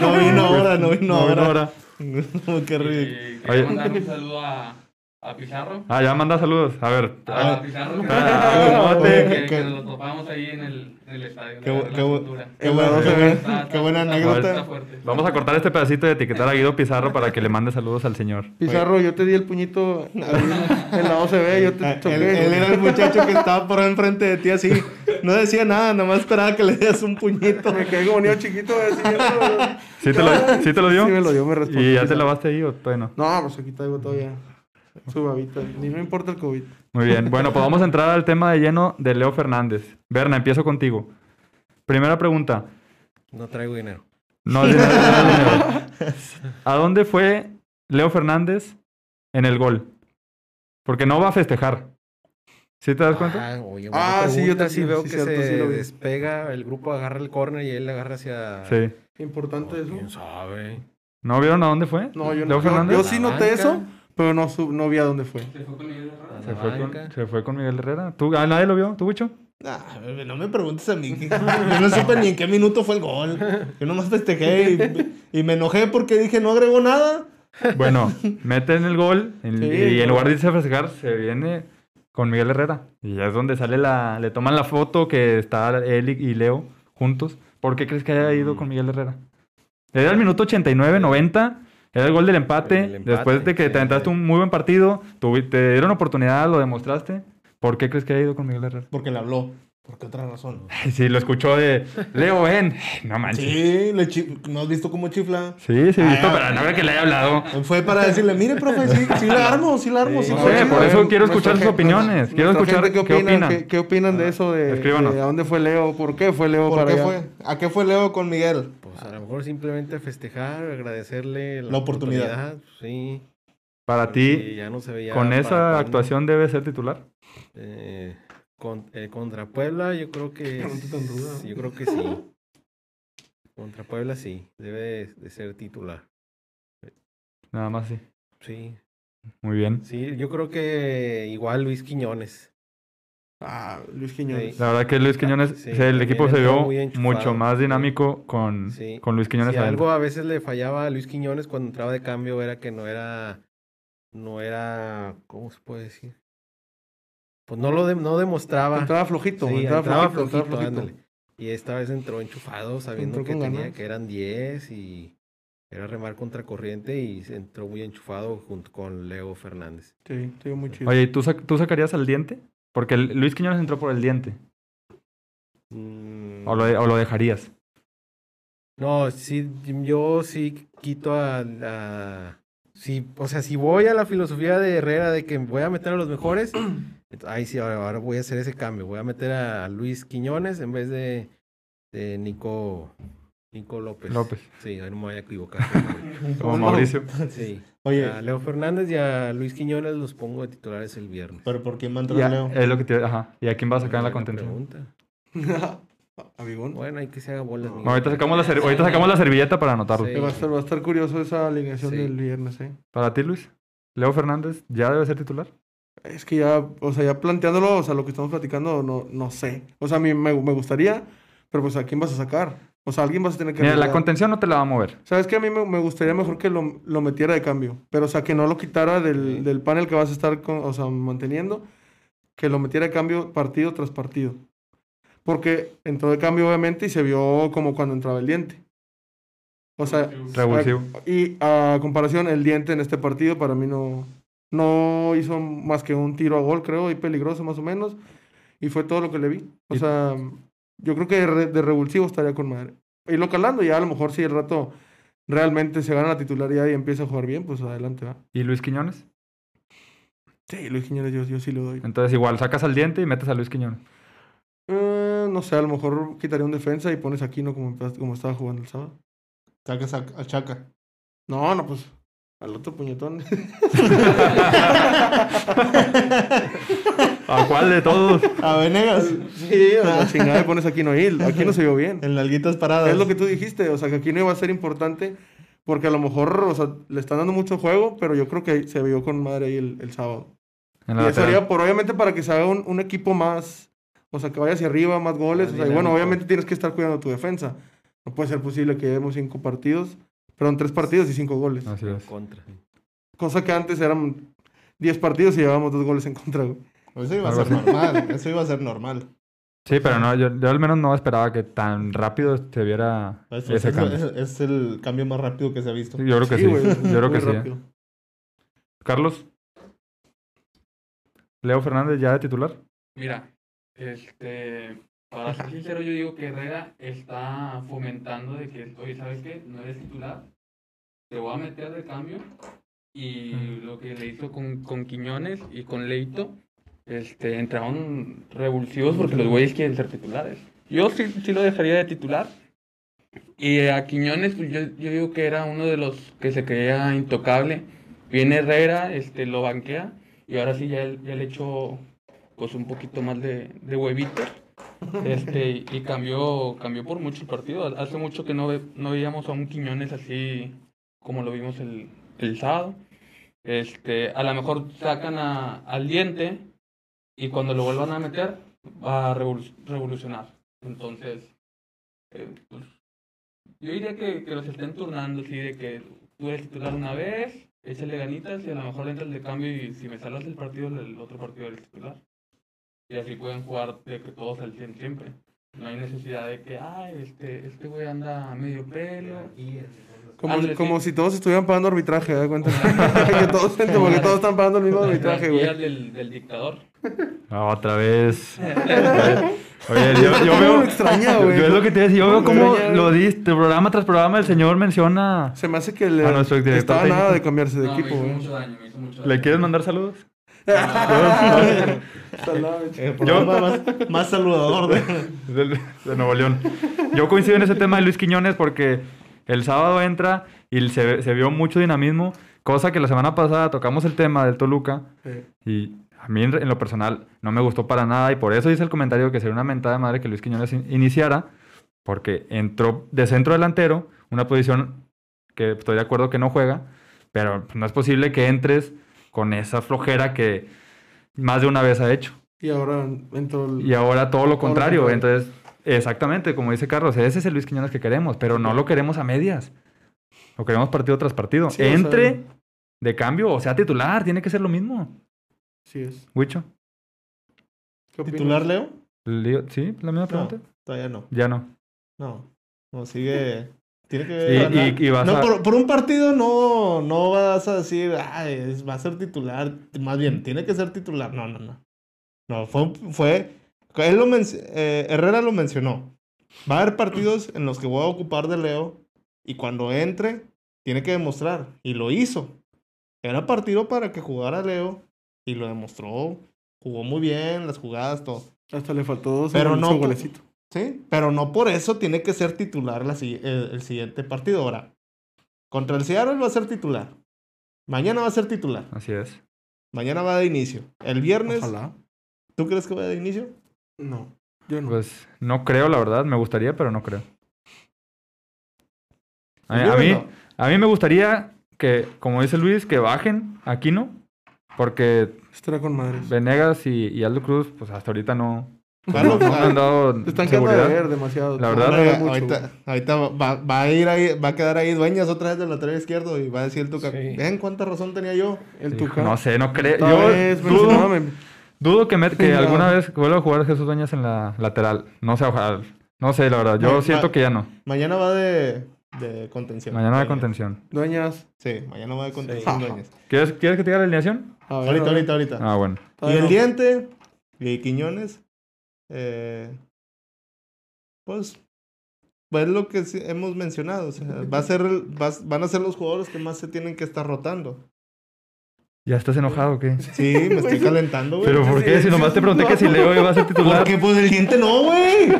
S6: No vino ahora, no vino
S2: No vino
S6: ahora.
S2: ahora.
S6: Qué
S5: Y
S6: ridículo.
S5: quería
S2: Oye.
S5: mandar un saludo a, a Pizarro.
S2: Ah, ya manda saludos. A ver.
S5: A Pizarro. que-
S2: Ah,
S5: que,
S6: que-
S5: que
S6: que-
S5: nos lo topamos ahí en el, en el estadio.
S6: Qué
S5: la-
S6: bu-
S5: la
S6: qué bu-
S5: cintura.
S6: qué bueno,
S5: Está-
S6: qué buena-
S5: está-
S6: qué buena
S5: está-
S6: anécdota.
S5: está fuerte.
S2: Vamos a cortar este pedacito y etiquetar a Guido Pizarro para que le mande saludos al señor.
S3: Pizarro, yo te di el puñito en la OCB, yo
S6: Ah,
S3: te
S6: Él, él
S3: choqué.
S6: era el muchacho que estaba por ahí enfrente de ti así. No decía nada, nomás esperaba que le dieras un puñito.
S3: Me caí como niño chiquito. así, eso.
S2: ¿Sí te lo, ¿sí te lo dio?
S3: Sí me lo dio, me respondió.
S2: ¿Y ya te lavaste ahí o todavía no?
S3: No, pues aquí traigo todavía su babita. Ni no importa el COVID.
S2: Muy bien. Bueno, pues vamos a entrar al tema de lleno de Leo Fernández. Berna, empiezo contigo. Primera pregunta.
S4: No traigo dinero.
S2: No, es dinero, no es dinero. ¿A dónde fue Leo Fernández en el gol? Porque no va a festejar. ¿Sí te das cuenta?
S4: Ah, oye,
S3: Ah,
S4: buena
S3: sí, yo
S4: pregunta.
S3: te-
S4: Sí veo
S3: sí,
S4: que
S3: cierto,
S4: se
S3: sí lo vi.
S4: despega, el grupo agarra el corner y él agarra
S3: Ah.
S4: hacia...
S2: Sí.
S3: Importante eso.
S4: ¿Quién sabe?
S2: ¿No vieron a dónde fue?
S3: No, yo
S2: ¿Leo
S3: no. Yo,
S2: Fernández?
S3: yo sí
S4: La
S3: noté
S4: banca.
S3: eso, pero no, sub- no vi a dónde fue.
S5: Se fue con Miguel Herrera.
S4: A
S2: Se
S4: la
S2: fue, con,
S4: banca.
S2: se fue con Miguel Herrera. ¿Tú, ah, ¿Nadie lo vio? ¿Tú, Wicho?
S6: Ah, no me preguntes a mí. que- Yo no supe ni en qué minuto fue el gol. Yo nomás festejé y, y me enojé porque dije no agregó nada.
S2: Bueno, meten el gol en-
S3: Sí,
S2: y en
S3: no.
S2: lugar de irse a festejar, se viene con Miguel Herrera. Y ya es donde sale la. Le toman la foto que está él y- y Leo juntos. ¿Por qué crees que haya ido con Miguel Herrera? Era el minuto 89, 90. Era el gol del empate.
S4: El empate,
S2: Después de que te
S4: sí,
S2: aventaste
S4: sí.
S2: un muy buen partido, tuvi- te dieron oportunidad, lo demostraste. ¿Por qué crees que haya ido con Miguel Herrera?
S6: Porque le habló. ¿Por qué otra razón?
S3: Ah,
S2: Sí, lo escuchó de Leo, ven. No manches.
S6: Sí, le chi- ¿no has visto cómo chifla?
S2: Sí, sí,
S6: Ah,
S2: visto,
S6: ya.
S2: pero no creo que le haya hablado.
S6: Fue para decirle, mire, profe, sí, sí la armo, sí la armo. Sí,
S2: No
S3: Sí,
S6: la
S2: sé,
S6: armo".
S2: por
S3: a
S2: eso
S3: ver,
S2: quiero escuchar
S3: nuestra
S2: sus
S3: gente-
S2: opiniones. Quiero
S3: nuestra
S2: escuchar
S3: gente,
S2: qué opinan. Ah,
S3: ¿Qué, qué opinan de eso? De,
S2: Escríbanos.
S3: de a dónde fue Leo? ¿Por qué fue Leo
S6: ¿Por
S3: para
S6: qué
S3: allá?
S6: fue? ¿A qué fue Leo con Miguel?
S4: Pues a lo mejor simplemente festejar, agradecerle la,
S6: La oportunidad.
S4: oportunidad, Sí.
S2: Para ti,
S4: porque ya no se veía
S2: con
S4: para
S2: esa
S4: cuándo.
S2: actuación debe ser titular.
S4: Eh, con- eh, contra Puebla, yo creo que.
S3: Pregunta tan ruda.
S4: sí, Yo creo que sí. contra Puebla, sí. Debe de, de ser titular.
S2: Nada más sí.
S4: Sí.
S2: Muy bien.
S4: Sí, yo creo que igual Luis Quiñones.
S3: Ah, Luis Quiñones.
S4: Sí.
S2: La verdad que Luis Quiñones,
S4: Ah, Sí,
S2: o sea, el
S4: también
S2: equipo se
S4: entró
S2: vio
S4: muy enchufado.
S2: mucho más dinámico con,
S4: Sí.
S2: con Luis Quiñones
S4: Si
S2: adentro.
S4: algo a veces le fallaba a Luis Quiñones cuando entraba de cambio era que no era. No era. ¿Cómo se puede decir? Pues no lo de- no demostraba.
S3: Entraba flojito,
S4: Sí,
S3: entraba,
S4: entraba
S3: flojito, entraba
S4: flojito,
S3: flojito.
S4: ándale. Y esta vez entró enchufado, sabiendo
S3: Entró
S4: que
S3: con
S4: tenía
S3: ganas.
S4: que eran 10 y era remar contra corriente y se entró muy enchufado junto con Leo Fernández.
S3: Sí, sí, muy chido.
S2: Oye, ¿y tú, sac- tú sacarías al diente? Porque el- Luis Quiñones entró por el diente.
S4: Mm,
S2: ¿O lo, de- o lo dejarías?
S4: No, sí, yo sí quito a, a- sí, o sea, si voy a la filosofía de Herrera de que voy a meter a los mejores, ent- ahí sí, ahora, ahora voy a hacer ese cambio. Voy a meter a Luis Quiñones en vez de, de Nico, Nico López.
S2: López.
S4: Sí, ahí no me voy a equivocar. güey.
S2: Como Mauricio.
S4: Sí.
S6: Oye,
S4: A Leo Fernández y a Luis Quiñones los pongo de titulares el viernes.
S6: pero ¿por quién va a entrar
S2: Y a-
S6: Leo?
S2: es lo que te- ajá. ¿Y a quién va a sacar en la
S4: Buena
S2: contención?
S4: pregunta.
S3: Amigón.
S4: Bueno, hay que se haga bolas. Miguel.
S2: No, ahorita, sacamos la ser- ahorita sacamos la servilleta para anotarlo.
S4: Sí.
S3: Eh, Va, a estar, va a estar curioso esa alineación
S4: Sí.
S3: del viernes, ¿eh?
S2: Para ti, Luis. Leo Fernández ya debe ser titular.
S3: Es que ya, o sea, ya planteándolo, o sea, lo que estamos platicando, no, no sé. O sea, a mí me, me gustaría, pero pues ¿a quién vas a sacar? O sea, alguien vas a tener que...
S2: Mira, la
S3: arriesgar.
S2: contención no te la va a mover.
S3: ¿Sabes qué? A mí me, me gustaría mejor que lo, lo metiera de cambio. Pero, o sea, que no lo quitara del, del panel que vas a estar con- o sea, manteniendo. Que lo metiera de cambio partido tras partido. Porque entró de cambio, obviamente, y se vio como cuando entraba el diente. O sea,
S2: Revulsivo.
S3: y a comparación, el diente en este partido para mí no, no hizo más que un tiro a gol, creo, y peligroso más o menos. Y fue todo lo que le vi. O
S2: Y-
S3: sea, yo creo que de, re- de revulsivo estaría con madre. Y lo calando ya, a lo mejor si el rato realmente se gana la titularidad y empieza a jugar bien, pues adelante va.
S2: ¿Y Luis Quiñones?
S3: Sí, Luis Quiñones yo, yo sí lo doy.
S2: Entonces igual sacas al diente y metes a Luis Quiñones.
S3: Eh, no sé, a lo mejor quitaría un defensa y pones a Aquino como, empe- como estaba jugando el sábado.
S6: Sacas a, a Chaca.
S3: No, no, pues al otro puñetón.
S2: ¿A cuál de todos?
S6: A Venegas.
S3: sí, o sea, chingada, y pones a Aquino ahí. Aquino se vio bien.
S6: En larguitas paradas.
S3: Es lo que tú dijiste, o sea, que aquí no iba a ser importante porque a lo mejor, o sea, le están dando mucho juego, pero yo creo que se vio con madre ahí el, el sábado.
S2: En
S3: Y
S2: la
S3: eso
S2: lateral.
S3: haría por, obviamente, para que se haga un, un equipo más, o sea, que vaya hacia arriba, más goles.
S4: Más
S3: o sea, y bueno,
S4: dinámico.
S3: obviamente tienes que estar cuidando tu defensa. No puede ser posible que llevemos cinco partidos, perdón, tres partidos y cinco goles.
S2: Así es.
S4: Contra.
S3: Cosa que antes eran 10 partidos y llevamos dos goles en contra, güey.
S6: Eso iba a
S2: Algo
S6: ser normal. Eso iba a ser normal.
S2: Sí, pero no, yo, yo al menos no esperaba que tan rápido se viera
S6: Eso-
S2: ese
S6: Pues, eso-
S2: cambio.
S6: eso- es el cambio más rápido que se ha visto.
S2: Yo creo que sí.
S3: güey,
S2: Yo creo
S3: muy
S2: que sí.
S3: rápido.
S2: eh. Carlos. Leo Fernández ya de titular.
S5: Mira, este, para ser sincero, yo digo que Herrera está fomentando de que, oye, ¿sabes qué? No eres titular, te voy a meter de cambio. Y lo que le hizo con, con Quiñones y con Leito, este, entraron revulsivos porque los güeyes quieren ser titulares. Yo sí, sí lo dejaría de titular. Y a Quiñones, pues, yo, yo digo que era uno de los que se creía intocable. Viene Herrera, este, lo banquea y ahora sí ya, ya le echó pues un poquito más de, de huevito. Este, y cambió, cambió por mucho el partido. Hace mucho que no, ve- no veíamos a un Quiñones así como lo vimos el, el sábado. Este, a lo mejor sacan a, al diente y cuando lo vuelvan a meter va a revol- revolucionar. Entonces, eh, pues, yo diría que, que los estén turnando, así de que tú eres titular una vez, échale ganitas y a lo mejor entras de cambio y si me salvas el partido, el otro partido eres titular. Y así pueden jugar de que todos al 100 siempre. No hay necesidad de que, ay, este, este güey anda a medio pelo.
S3: Como,
S5: Ándale,
S3: como
S5: sí.
S3: si todos estuvieran pagando arbitraje, ¿te das cuenta? que todos, porque todos están pagando el mismo
S5: Las
S3: arbitraje, güey.
S5: jerarquías del, del dictador.
S2: Otra vez. Oye, yo, yo veo.
S3: Me extraña,
S2: Yo,
S3: güey.
S2: yo es lo que te decía. Yo veo cómo
S3: Extraña,
S2: lo
S3: güey.
S2: diste. Programa tras programa, el señor menciona.
S3: Se me hace que le
S2: A nuestro Ah, director
S3: estaba
S2: técnico.
S3: nada de cambiarse de
S5: No,
S3: equipo,
S5: me hizo
S3: güey.
S5: mucho daño, me hizo mucho daño.
S2: ¿Le quieres mandar saludos?
S3: Está al
S2: Eh,
S3: lado, güey.
S6: El programa más, más saludador de-
S2: del- de, Nuevo León. Yo coincido en ese tema de Luis Quiñones porque el sábado entra y se, se vio mucho dinamismo, cosa que la semana pasada tocamos el tema del Toluca
S3: Sí.
S2: y a mí en, en lo personal no me gustó para nada y por eso hice el comentario que sería una mentada de madre que Luis Quiñones in- iniciara porque entró de centro delantero, una posición que estoy de acuerdo que no juega, pero no es posible que entres con esa flojera que más de una vez ha hecho.
S3: Y ahora entró el...
S2: Y ahora todo lo
S3: Todo lo
S2: contrario.
S3: contrario.
S2: Entonces, exactamente, como dice Carlos, ese es el Luis Quiñones que queremos, pero no lo queremos a medias. Lo queremos partido tras partido.
S3: Sí, o sea-
S2: Entre de cambio o sea titular, tiene que ser lo mismo.
S3: Sí es.
S2: Wicho,
S3: ¿Qué opinas?
S6: titular, Leo.
S2: Leo- ¿sí? ¿La misma pregunta?
S6: Todavía no.
S2: Ya no.
S6: No. No, sigue. Tiene que
S2: Sí,
S6: ganar.
S2: y- y vas
S6: no,
S2: a-
S6: por, por un partido no, no vas a decir, "Ah, es- va a ser titular. Más bien, tiene que ser titular. No, no, no. No, fue. un- fue él lo men- eh, Herrera lo mencionó. Va a haber partidos en los que voy a ocupar de Leo y cuando entre, tiene que demostrar. Y lo hizo. Era partido para que jugara Leo y lo demostró. Jugó muy bien, las jugadas, todo.
S3: Hasta le faltó dos
S6: Pero no-
S3: su golecito.
S6: Sí, pero no por eso tiene que ser titular la si- el, el siguiente partido. Ahora, contra el Seattle va a ser titular. Mañana va a ser titular.
S2: Así es.
S6: Mañana va de inicio. El viernes,
S3: Ojalá.
S6: ¿tú crees que va de inicio?
S3: No, yo no.
S2: Pues no creo, la verdad. Me gustaría, pero no creo.
S3: Pues
S2: A,
S6: Yo
S2: a mí,
S6: no.
S2: a mí me gustaría que, como dice Luis, que bajen aquí, ¿no? Porque
S3: Estará con madres.
S2: Venegas y, y Aldo Cruz, pues hasta ahorita no,
S6: Claro,
S2: no han dado
S3: Te están quedando de
S2: seguridad.
S3: ver demasiado.
S2: La
S3: Te
S2: verdad,
S3: van a ver
S6: Ahora,
S3: mucho,
S6: ah, ahorita, ahorita va, va a ir ahí, va a quedar ahí dueñas otra vez del lateral izquierdo y va a decir tu
S4: Sí.
S6: ven cuánta razón tenía yo.
S3: güey. El
S2: Sí,
S3: Tuca.
S2: No sé, no creo.
S3: Otra
S2: Yo
S3: vez,
S2: dudo,
S3: mencionábame.
S2: dudo que, met- que
S3: No.
S2: alguna vez vuelva a jugar Jesús Dueñas en la lateral. No sé, ojalá. No sé, la verdad. Yo
S6: Ma-
S2: siento
S6: ma-
S2: que ya no.
S6: Mañana va de, de contención.
S2: Mañana de
S6: Dueñas.
S2: contención.
S3: Dueñas.
S6: Sí, mañana va de contención.
S3: Sí.
S6: Dueñas.
S2: ¿Quieres, ¿Quieres que te diga la alineación?
S3: A ver,
S6: Ahorita,
S3: a ver.
S6: ahorita, ahorita.
S2: Ah, bueno.
S6: Y
S3: Todavía
S6: el
S3: no.
S6: diente, y Quiñones, eh, pues, pues es lo que sí hemos mencionado. o sea, va a ser, el- va- van a ser los jugadores que más se tienen que estar rotando.
S2: ¿Ya estás enojado o qué?
S6: Sí, me estoy calentando, güey.
S2: ¿Pero por qué? Si nomás te pregunté que si Leo iba a ser titular.
S6: ¿Por qué? Pues el diente no, güey.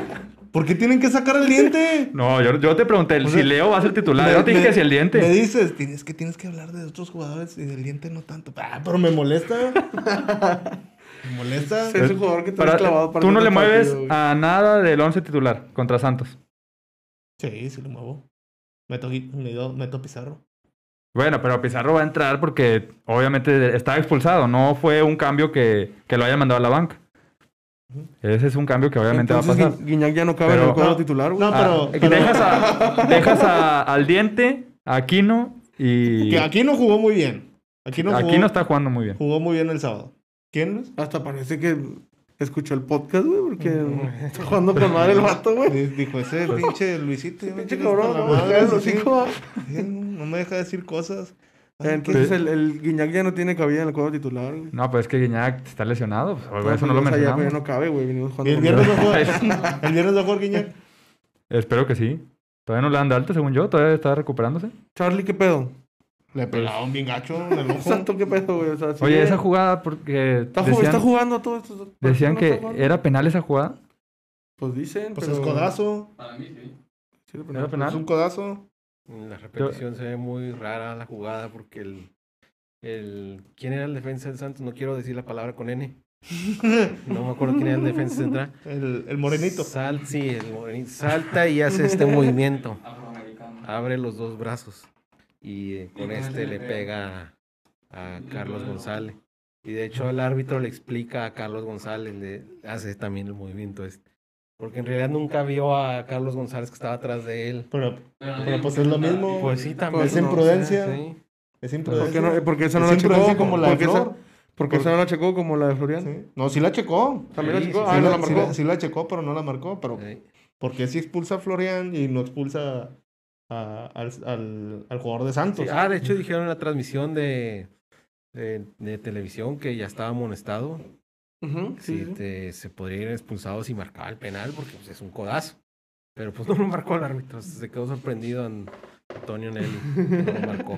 S6: ¿Por qué tienen que sacar el diente?
S2: No, yo, yo te pregunté el
S6: O
S2: si
S6: sea,
S2: Leo va a ser titular. Yo te dije
S6: Me-
S2: que si el diente.
S6: Me dices, tienes que, tienes que hablar de otros jugadores y del diente no tanto. Ah, pero me molesta. me molesta.
S3: Es el jugador que te
S2: Para-
S3: has clavado para
S2: tú no
S3: todo
S2: le
S3: el
S2: mueves
S3: partido, güey.
S2: a nada del 11 titular contra Santos.
S6: Sí, sí lo muevo. Meto, Gui- meto, meto a Pizarro.
S2: Bueno, pero Pizarro va a entrar porque obviamente estaba expulsado. No fue un cambio que, que lo haya mandado a la banca. Ese es un cambio que obviamente
S3: Entonces,
S2: va a pasar.
S3: Gui- Guiñac ya no cabe en
S2: Pero-
S3: el cuadro
S6: No,
S3: titular, güey.
S6: No,
S2: Ah,
S6: pero. pero-
S2: Dejas, a, dejas a- al diente, a Aquino y...
S6: Que aquí no jugó muy bien. Aquí no jugó,
S2: Aquí no está jugando muy bien.
S6: jugó muy bien el sábado. ¿Quién, Luis?
S3: Hasta parece que escuchó el podcast, güey, porque está jugando con madre el vato, güey.
S6: Luis Dijo ese pinche Luisito. ya me
S3: Pinche
S6: tienes
S3: cabrón,
S6: hasta la
S3: no, me
S6: madre,
S3: cae el
S6: sí,
S3: hocico.
S6: sí, eh, no me deja decir cosas. Ay,
S3: Entonces el, el Guiñac ya no tiene cabida en el cuadro titular, güey.
S2: No, pues es que Guiñac está lesionado. pues,
S3: Entonces,
S2: eso no lo
S3: o sea, ya,
S2: mencionamos.
S3: ya no cabe, güey. Venimos
S6: ¿Y
S3: jugando
S6: el
S3: con
S6: viernes
S3: madre.
S6: va a jugar? ¿El viernes va a jugar Guiñac?
S2: Espero que sí. Todavía no le dan de alta, según yo. Todavía está recuperándose.
S3: Charlie, ¿qué pedo?
S2: Pues,
S6: Le pegaron bien gacho en el ojo.
S3: Santo, ¿qué pedo, güey? O sea, sí,
S2: Oye,
S3: eh,
S2: esa jugada, porque
S3: Está, ju-
S2: decían,
S3: está jugando todo esto.
S2: decían
S3: ¿No
S2: que
S3: está jugando?
S2: era penal esa jugada.
S3: Pues dicen,
S6: Pues
S3: pero-
S6: es codazo. pues,
S5: Para mí, sí.
S3: Sí, pero
S2: Era
S3: no.
S6: Es un
S2: penal.
S6: codazo.
S4: En Mm, La repetición se ve muy rara la jugada porque el, el. ¿Quién era el defensa del Santos? No quiero decir la palabra con N. No me acuerdo quién era el defensa central.
S6: El, el morenito.
S4: Sal, sí, el morenito. Salta y hace este movimiento.
S5: Afroamericano.
S4: Abre los dos brazos y eh, con
S5: con
S4: este
S5: este
S4: le
S5: le
S4: pega a, a Carlos González. Y de hecho el árbitro le explica a Carlos González, le hace también el movimiento este. Porque en realidad nunca vio a Carlos González que estaba atrás de él.
S6: Pero
S5: Pero
S6: pues es lo mismo.
S4: Pues sí, también.
S3: Pues
S4: no,
S3: es
S6: imprudencia.
S4: o sea, sí.
S6: es
S3: ¿Por
S6: imprudencia.
S3: qué no? Porque esa no
S6: Es
S3: la checó
S6: imprudencia como la de
S3: porque esa,
S6: Flor.
S3: porque esa no la checó como la de Florian.
S6: Sí. No, sí la checó.
S3: También
S4: Sí,
S3: la checó.
S4: sí,
S3: ah,
S6: sí,
S3: no la
S6: la, sí
S3: marcó.
S6: la- sí la checó, pero no la marcó. Pero
S4: Sí.
S6: porque sí expulsa a Florian y no expulsa a- al, al- al jugador de Santos.
S4: Sí, Ah, de hecho dijeron en la transmisión de, de, de televisión que ya estaba amonestado.
S3: Ujú, sí,
S4: si
S3: sí.
S4: te- se podría ir expulsado si marcaba el penal, porque pues, es un codazo. Pero pues no lo marcó el árbitro. Se quedó sorprendido An- Antonio Nelly. No lo marcó.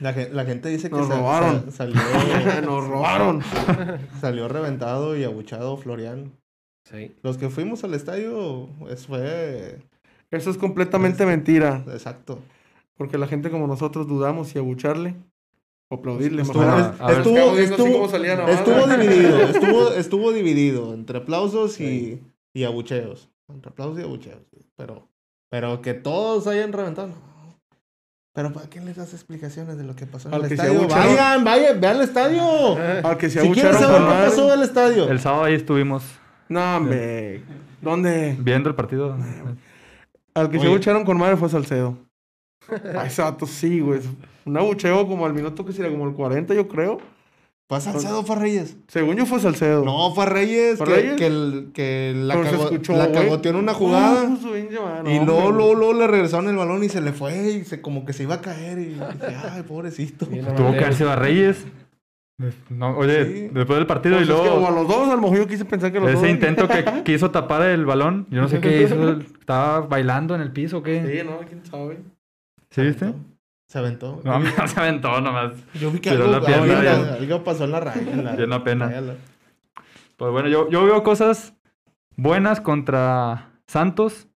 S6: La, gen- la gente dice que
S3: Nos
S6: sa- sa-
S3: robaron.
S6: salió,
S3: Nos robaron.
S6: salió reventado y abuchado Florian.
S4: Sí.
S6: Los que fuimos al estadio, eso fue
S3: Eso es completamente mentira.
S6: exacto.
S3: Porque la gente como nosotros dudamos si abucharle o aplaudirle.
S6: Estuvo,
S3: mejor.
S2: es- A ver,
S6: estuvo-
S3: estaba viendo así
S6: estuvo-
S3: cómo salía nomás,
S6: estuvo
S3: güey.
S6: dividido, estuvo, estuvo dividido entre aplausos y, y abucheos. Entre aplausos y abucheos. Pero, pero que todos hayan reventado. no. Pero ¿para qué les das explicaciones de lo que pasó en
S3: Al
S6: el
S3: que se
S6: estadio?
S3: abucharon.
S6: Vayan, vayan, vean el estadio.
S3: Al que se
S6: Si quieren
S3: abucharon
S6: saber
S3: con
S6: qué
S3: madre.
S6: pasó en el estadio.
S2: El sábado ahí estuvimos
S3: No, hombre. ¿Dónde?
S2: viendo el partido.
S3: Al que se
S6: Oye.
S3: abucharon con madre fue Salcedo. Ah, Exacto, sí, güey. Un abucheo como al minuto que sería como el 40, yo creo.
S6: ¿Fue a Salcedo o fue a Reyes?
S3: Según yo fue Salcedo.
S6: No, fue a Reyes.
S3: ¿Fue a
S6: que,
S3: Reyes?
S6: que el- que la,
S3: Pero se
S6: cago-
S3: escuchó,
S6: la
S3: güey.
S6: cagoteó en una jugada.
S3: Uh, su pinche madre,
S6: y
S3: no,
S6: luego,
S3: hombre.
S6: luego, luego le regresaron el balón y se le fue y se, como que se iba a caer. Y dije, ay, pobrecito.
S4: Bien
S2: Tuvo que
S4: amateur.
S2: haberse a Reyes. No, oye,
S6: Sí.
S2: después del partido
S3: Pues
S2: y
S3: es que
S2: luego
S3: o a los dos, a lo mejor yo quise pensar que los dos.
S2: ese intento que quiso tapar el balón. Yo no sé qué hizo. Estaba bailando en el piso o qué.
S3: Sí, no, quién sabe.
S2: ¿Sí viste?
S6: Se aventó.
S2: No, se aventó nomás.
S6: Yo vi que
S2: Tiró
S6: algo,
S2: la pierna,
S6: algo-
S2: ya.
S6: algo pasó en la raya. En la,
S2: Dio una pena.
S6: raya, la-
S2: Pues bueno, yo, yo veo cosas buenas contra Santos.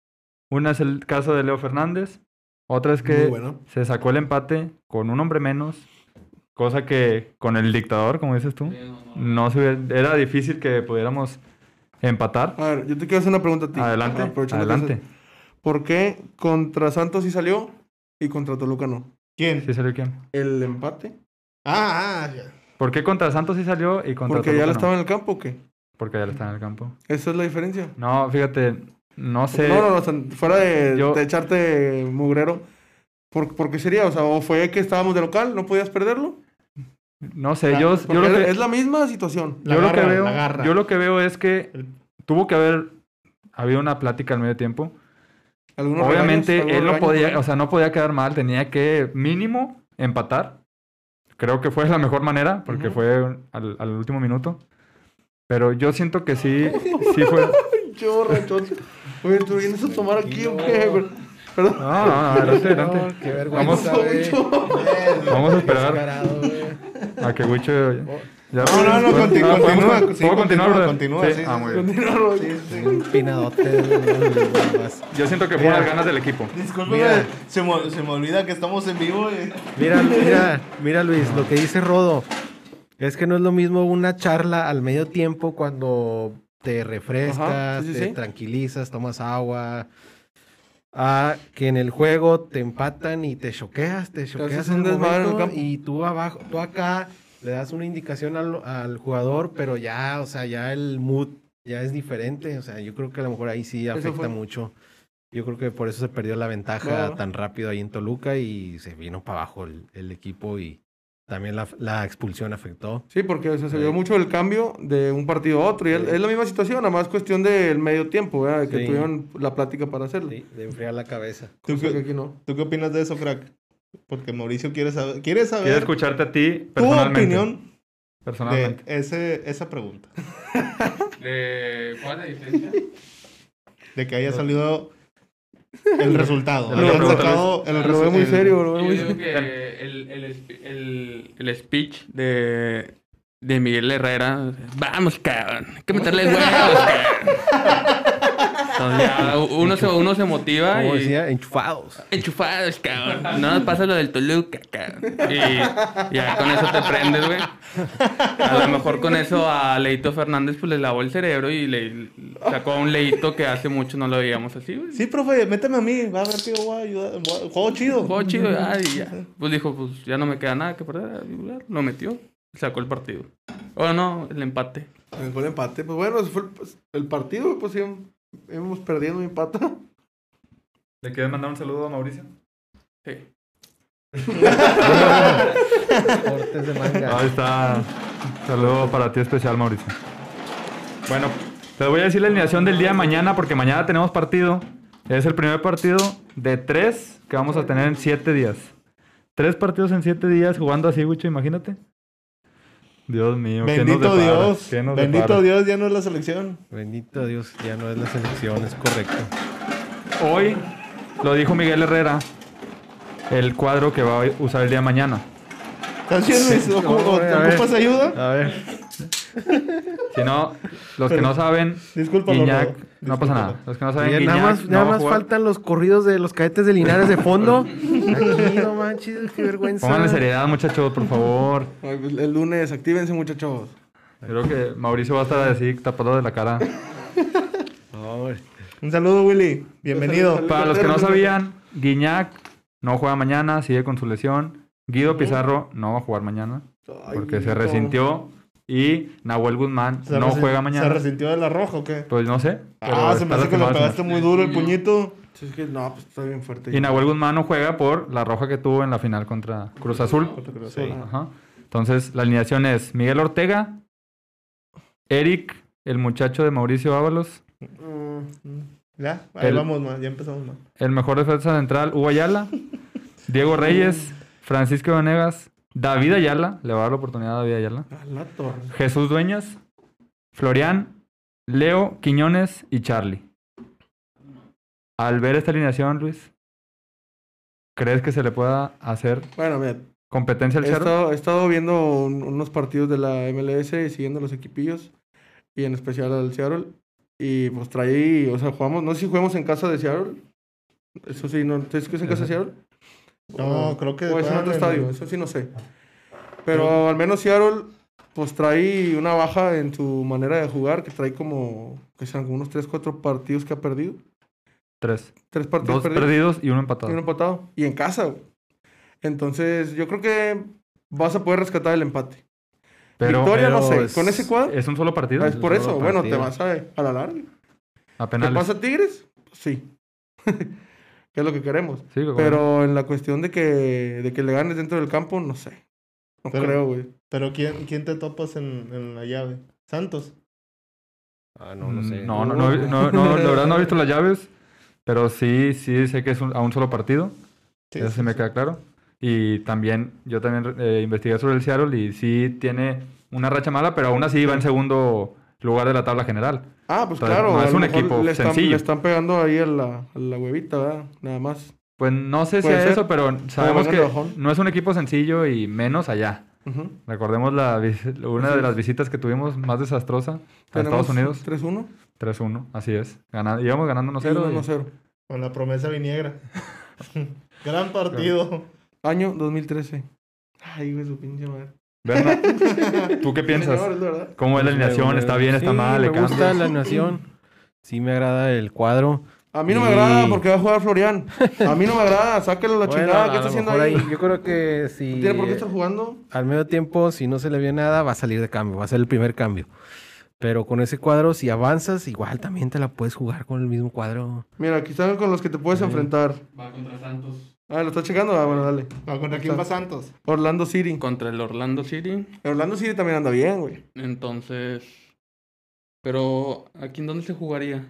S2: Una es el caso de Leo Fernández. Otra es que
S6: Muy bueno.
S2: se sacó el empate con un hombre menos. Cosa que con el dictador, como dices tú, no se hubiera- era difícil que pudiéramos empatar.
S3: A ver, yo te quiero hacer una pregunta a ti.
S2: Adelante,
S3: Aprovechando que
S2: adelante.
S3: haces- ¿Por qué contra Santos sí salió y contra Toluca no?
S6: ¿Quién?
S2: ¿Sí salió quién?
S3: ¿El empate?
S6: Ah, ah, ya.
S2: ¿Por qué contra Santos sí salió y contra
S3: ¿Porque
S2: Toluca
S3: ya
S2: no?
S3: lo estaba en el campo o qué?
S2: Porque ya lo está en el campo.
S3: Esa es la diferencia.
S2: No, fíjate, no sé.
S3: No, no, no, o sea, fuera de,
S2: Yo-
S3: de echarte mugrero. ¿Por, por qué sería? O sea, ¿o fue que estábamos de local? ¿No podías perderlo?
S2: No sé, yo, yo
S3: Porque
S2: lo que-
S3: es la misma situación.
S6: La
S2: yo lo que
S6: garra,
S2: veo,
S6: la garra.
S2: yo lo que veo es que
S6: El-
S2: tuvo que haber habido una plática al medio tiempo.
S3: Algunos
S2: Obviamente
S3: regaños,
S2: él
S3: algunos
S2: no podía,
S3: regaños.
S2: o sea, no podía quedar mal, tenía que mínimo empatar. Creo que fue la mejor manera porque
S3: Ujú.
S2: fue un- al, al último minuto. Pero yo siento que sí, sí fue.
S3: Pinche borrachón. Oye, ¿tú vienes a tomar aquí o qué? güey?
S2: No, no, no, adelante, adelante.
S4: No, qué
S2: Vamos.
S4: vergüenza, güey.
S2: Vamos a esperar
S4: Descarado, güey.
S2: a que Wicho ya-
S6: Oh. No, no, no,
S2: ¿Puedo-
S6: conti-
S2: ah, ¿puedo-
S6: continúa,
S2: ¿Puedo,
S6: sí,
S2: continuar?
S6: continúa,
S2: brother?
S6: continúa, sí,
S2: ah,
S6: sí,
S2: muy
S6: sí.
S2: bien.
S3: Continúa,
S4: Un pinadote. güey, más.
S2: Yo siento que fue las ganas del equipo.
S6: Disculpe,
S4: Mira.
S6: se me, se me olvida que estamos en vivo. eh.
S4: Mira, mira, mira Luis, lo que dice Rodo es que no es lo mismo una charla al medio tiempo cuando te refrescas,
S3: Ajá, sí, sí,
S4: te
S3: sí.
S4: tranquilizas, tomas agua, a que en el juego te empatan y te choqueas, te choqueas
S3: haces
S4: en
S3: un
S4: el
S3: desmadre en el
S4: momento
S3: campo.
S4: y tú abajo, tú acá le das una indicación al, al jugador, pero ya, o sea, ya el mood ya es diferente, o sea, yo creo que a lo mejor ahí sí
S3: Eso
S4: afecta
S3: fue.
S4: mucho. Yo creo que por eso se perdió la ventaja
S3: Claro.
S4: tan rápido ahí en Toluca y se vino para abajo el, el equipo y también la, la expulsión afectó.
S3: Sí, porque o sea, se
S4: Sí.
S3: vio mucho el cambio de un partido a otro. Y es-
S4: Sí.
S3: es la misma situación, nada más cuestión del medio tiempo, ¿verdad? De Que
S4: Sí.
S3: tuvieron la plática para hacerlo.
S4: Sí, de enfriar la cabeza.
S6: ¿Tú
S3: Cosa que
S6: qué,
S3: aquí no.
S6: tú qué opinas de eso, crack? Porque Mauricio quiere saber, quiere
S2: Quiero
S6: saber
S2: escucharte a ti
S6: tu
S2: personalmente.
S6: opinión de
S2: Personalmente.
S6: ese, esa pregunta.
S5: De- ¿Cuál es la diferencia?
S6: De que haya salido el resultado.
S2: de
S3: la
S6: hayan
S3: pregunta.
S6: sacado el
S3: Lo veo muy
S6: el-
S3: serio, lo veo
S5: Yo
S3: muy
S5: digo
S3: serio.
S5: que el, el, esp- el, el speech de, de Miguel Herrera, vamos, cabrón, hay que meterle huevos, cabrón. Entonces ya uno se, uno se motiva
S4: Como
S5: y...
S4: decía, enchufados.
S5: Enchufados, cabrón. No nos pasa lo del Toluca, cabrón. Y ya con eso te prendes, güey. A lo mejor con eso a Leito Fernández pues le lavó el cerebro y le sacó a un Leito que hace mucho no lo veíamos así, güey.
S6: Sí, profe, méteme a mí. Va a ver, tío, voy a ayudar. voy a- Juego chido.
S5: Jugó chido, ya, y ya. Pues dijo, pues ya no me queda nada que perder. y bla, Lo metió, sacó el partido. O no, el empate.
S3: El gol empate. Pues bueno, ese fue el, pues, el partido, pues íbamos- íbamos perdiendo mi pata.
S2: ¿Le quieres mandar un saludo a Mauricio?
S5: Sí.
S4: Cortes de manga.
S2: Ahí está. Saludo para ti especial, Mauricio. Bueno, te voy a decir la alineación del día de mañana porque mañana tenemos partido. Es el primer partido de tres que vamos a tener en siete días. Tres partidos en siete días jugando así, Wicho, imagínate. Dios mío, ¿qué nos
S6: Bendito
S2: depara?
S6: Dios.
S2: ¿Qué nos
S6: Bendito
S2: depara?
S6: Dios, ya no es la selección.
S4: Bendito Dios, ya no es la selección, es correcto.
S2: Hoy lo dijo Miguel Herrera, el cuadro que va a usar el día de mañana.
S6: ¿Estás bien, Luis? ¿O-
S4: No,
S6: o-
S4: güey, a
S6: ¿Te ocupas
S4: ver.
S6: ayuda?
S4: A ver.
S2: Si no, los que no saben,
S6: Discúlpalo.
S2: Guiñac,
S6: Rodo,
S2: no pasa nada.
S6: discúlpalo.
S2: Los que no
S4: Oye,
S2: saben,
S4: nada
S2: Guiñac
S4: más,
S2: no
S4: nada
S2: va a
S4: más
S2: jugar.
S4: faltan los corridos de los cadetes de Linares de fondo. Aquí, no manches, qué vergüenza.
S2: Pónganle seriedad, muchachos, por favor.
S3: Ay, pues, El lunes, actívense, muchachos.
S2: Creo que Mauricio va a estar así tapado de la cara.
S4: No, hombre.
S6: Un saludo, Willy. Bienvenido.
S2: Para los que no sabían, Guiñac no juega mañana, sigue con su lesión. Guido Pizarro no va a jugar mañana
S3: Ay,
S2: porque se
S3: no.
S2: resintió. Y Nahuel Guzmán
S6: Se
S2: no
S6: resi-
S2: juega
S6: ¿Se
S2: mañana.
S6: resintió de la roja o qué?
S2: Pues no sé. pero
S6: Ah, se me
S2: está
S6: hace que le
S2: lastimado, se
S6: pegaste
S2: me
S6: muy duro el puñito.
S3: Sí, es que no, pues está bien fuerte.
S2: hace. Y Nahuel Guzmán no juega por la roja que tuvo en la final contra Cruz Azul.
S6: Sí.
S2: Ajá. Entonces, la alineación es Miguel Ortega, Eric, el muchacho de Mauricio Ábalos,
S6: Ya, ahí
S2: El-
S6: vamos mal, ya empezamos mal.
S2: el mejor defensa central, Hugo Ayala, Diego Reyes, Francisco Venegas, David Ayala, le va a dar la oportunidad a David Ayala,
S3: A la torre.
S2: Jesús Dueñas, Florian, Leo, Quiñones y Charlie. Al ver esta alineación, Luis, ¿crees que se le pueda hacer
S3: Bueno, mira,
S2: competencia al
S3: He
S2: cerro?
S3: estado, he estado viendo un- unos partidos de la MLS y siguiendo los equipillos, y en especial al Seattle. Y pues trae, o sea, jugamos, no sé si jugamos en casa de Seattle. Eso sí, no, ¿es que es en casa de Seattle?
S6: No,
S3: O-
S6: creo que
S3: O es en
S6: juegan
S3: otro
S6: en-
S3: estadio, eso sí no sé. Pero al menos Seattle, pues trae una baja en su manera de jugar, que trae como, que sean como unos 3, 4 partidos que ha perdido.
S2: Tres.
S3: Tres partidos
S2: Dos
S3: perdidos.
S2: perdidos y uno
S3: Y
S2: empatado.
S3: un empatado. Y en casa, güey. Entonces, yo creo que vas a poder rescatar el empate.
S2: Pero
S3: Victoria, no
S4: pero
S3: sé.
S4: es-
S3: Con ese cuadro,
S2: es un solo partido.
S3: ah, es por
S4: solo
S3: eso. Bueno, te
S4: partido.
S3: vas a, a la larga.
S2: A
S3: ¿Te
S2: penales.
S3: pasa Tigres? Pues Sí. que es lo que queremos.
S2: Sí, pero bueno.
S3: Pero en la cuestión de que, de que le ganes dentro del campo, no sé. No
S6: Pero-
S3: creo, güey.
S6: Pero ¿quién, quién te topas en, en la llave? Santos.
S4: Ah, no,
S2: no,
S4: no sé.
S2: no, no, no, no, no, la verdad no he visto las llaves, pero sí, sí sé que es un- a un solo partido,
S6: Sí,
S2: eso sí
S6: sí,
S2: me
S6: sí.
S2: queda claro. Y también, yo también eh, investigué sobre el Seattle y sí tiene una racha mala, pero aún así va en segundo lugar de la tabla general.
S3: Ah, pues
S2: Entonces,
S3: claro.
S2: no
S3: a
S2: es
S3: lo
S2: un
S3: mejor
S2: equipo
S3: le están,
S2: sencillo.
S3: Le están pegando ahí a la, a la huevita, ¿verdad? Nada más.
S2: Pues no sé si
S3: Puede
S2: es
S3: ser.
S2: eso, pero sabemos
S3: van
S2: que
S3: de bajón.
S2: no es un equipo sencillo y menos allá.
S3: Ujú.
S2: Recordemos la, vis- una de las visitas que tuvimos más desastrosa a Estados
S3: Tenemos
S2: Unidos,
S3: 3-1.
S2: 3-1, así es. Gana- íbamos ganando 1-0. y-
S3: 1-0.
S6: Con la promesa viniegra. Gran partido.
S3: Año 2013. Ay, güey, su pinche madre.
S2: Bernat, ¿Tú qué piensas?
S3: Señor, es la verdad.
S2: ¿Cómo es la alineación? ¿Está bien? ¿Está
S4: Sí,
S2: mal? ¿Le
S4: Me gusta
S2: cambias?
S4: la alineación. Sí, me agrada el cuadro.
S3: A mí no me
S4: Y-
S3: agrada porque va a jugar Florian. A mí no me agrada. Sáquenlo la
S4: Bueno,
S3: chingada.
S4: a
S3: ¿Qué
S4: lo
S3: está haciendo
S4: mejor
S3: ahí?
S4: ahí- Yo creo que
S3: No
S4: si
S3: tiene por qué estar jugando.
S4: al medio tiempo, si no se le vio nada, va a salir de cambio, va a ser el primer cambio. Pero con ese cuadro, si avanzas, igual también te la puedes jugar con el mismo cuadro.
S3: Mira, aquí están con los que te puedes
S4: Sí.
S3: enfrentar.
S5: Va contra Santos.
S3: Ah, ¿lo estás checando? Ah, bueno, dale.
S6: No, ¿Contra quién va Santos?
S3: Orlando City.
S5: contra el Orlando City.
S3: Orlando City también anda bien, güey.
S5: Entonces. Pero, ¿aquí en dónde se jugaría?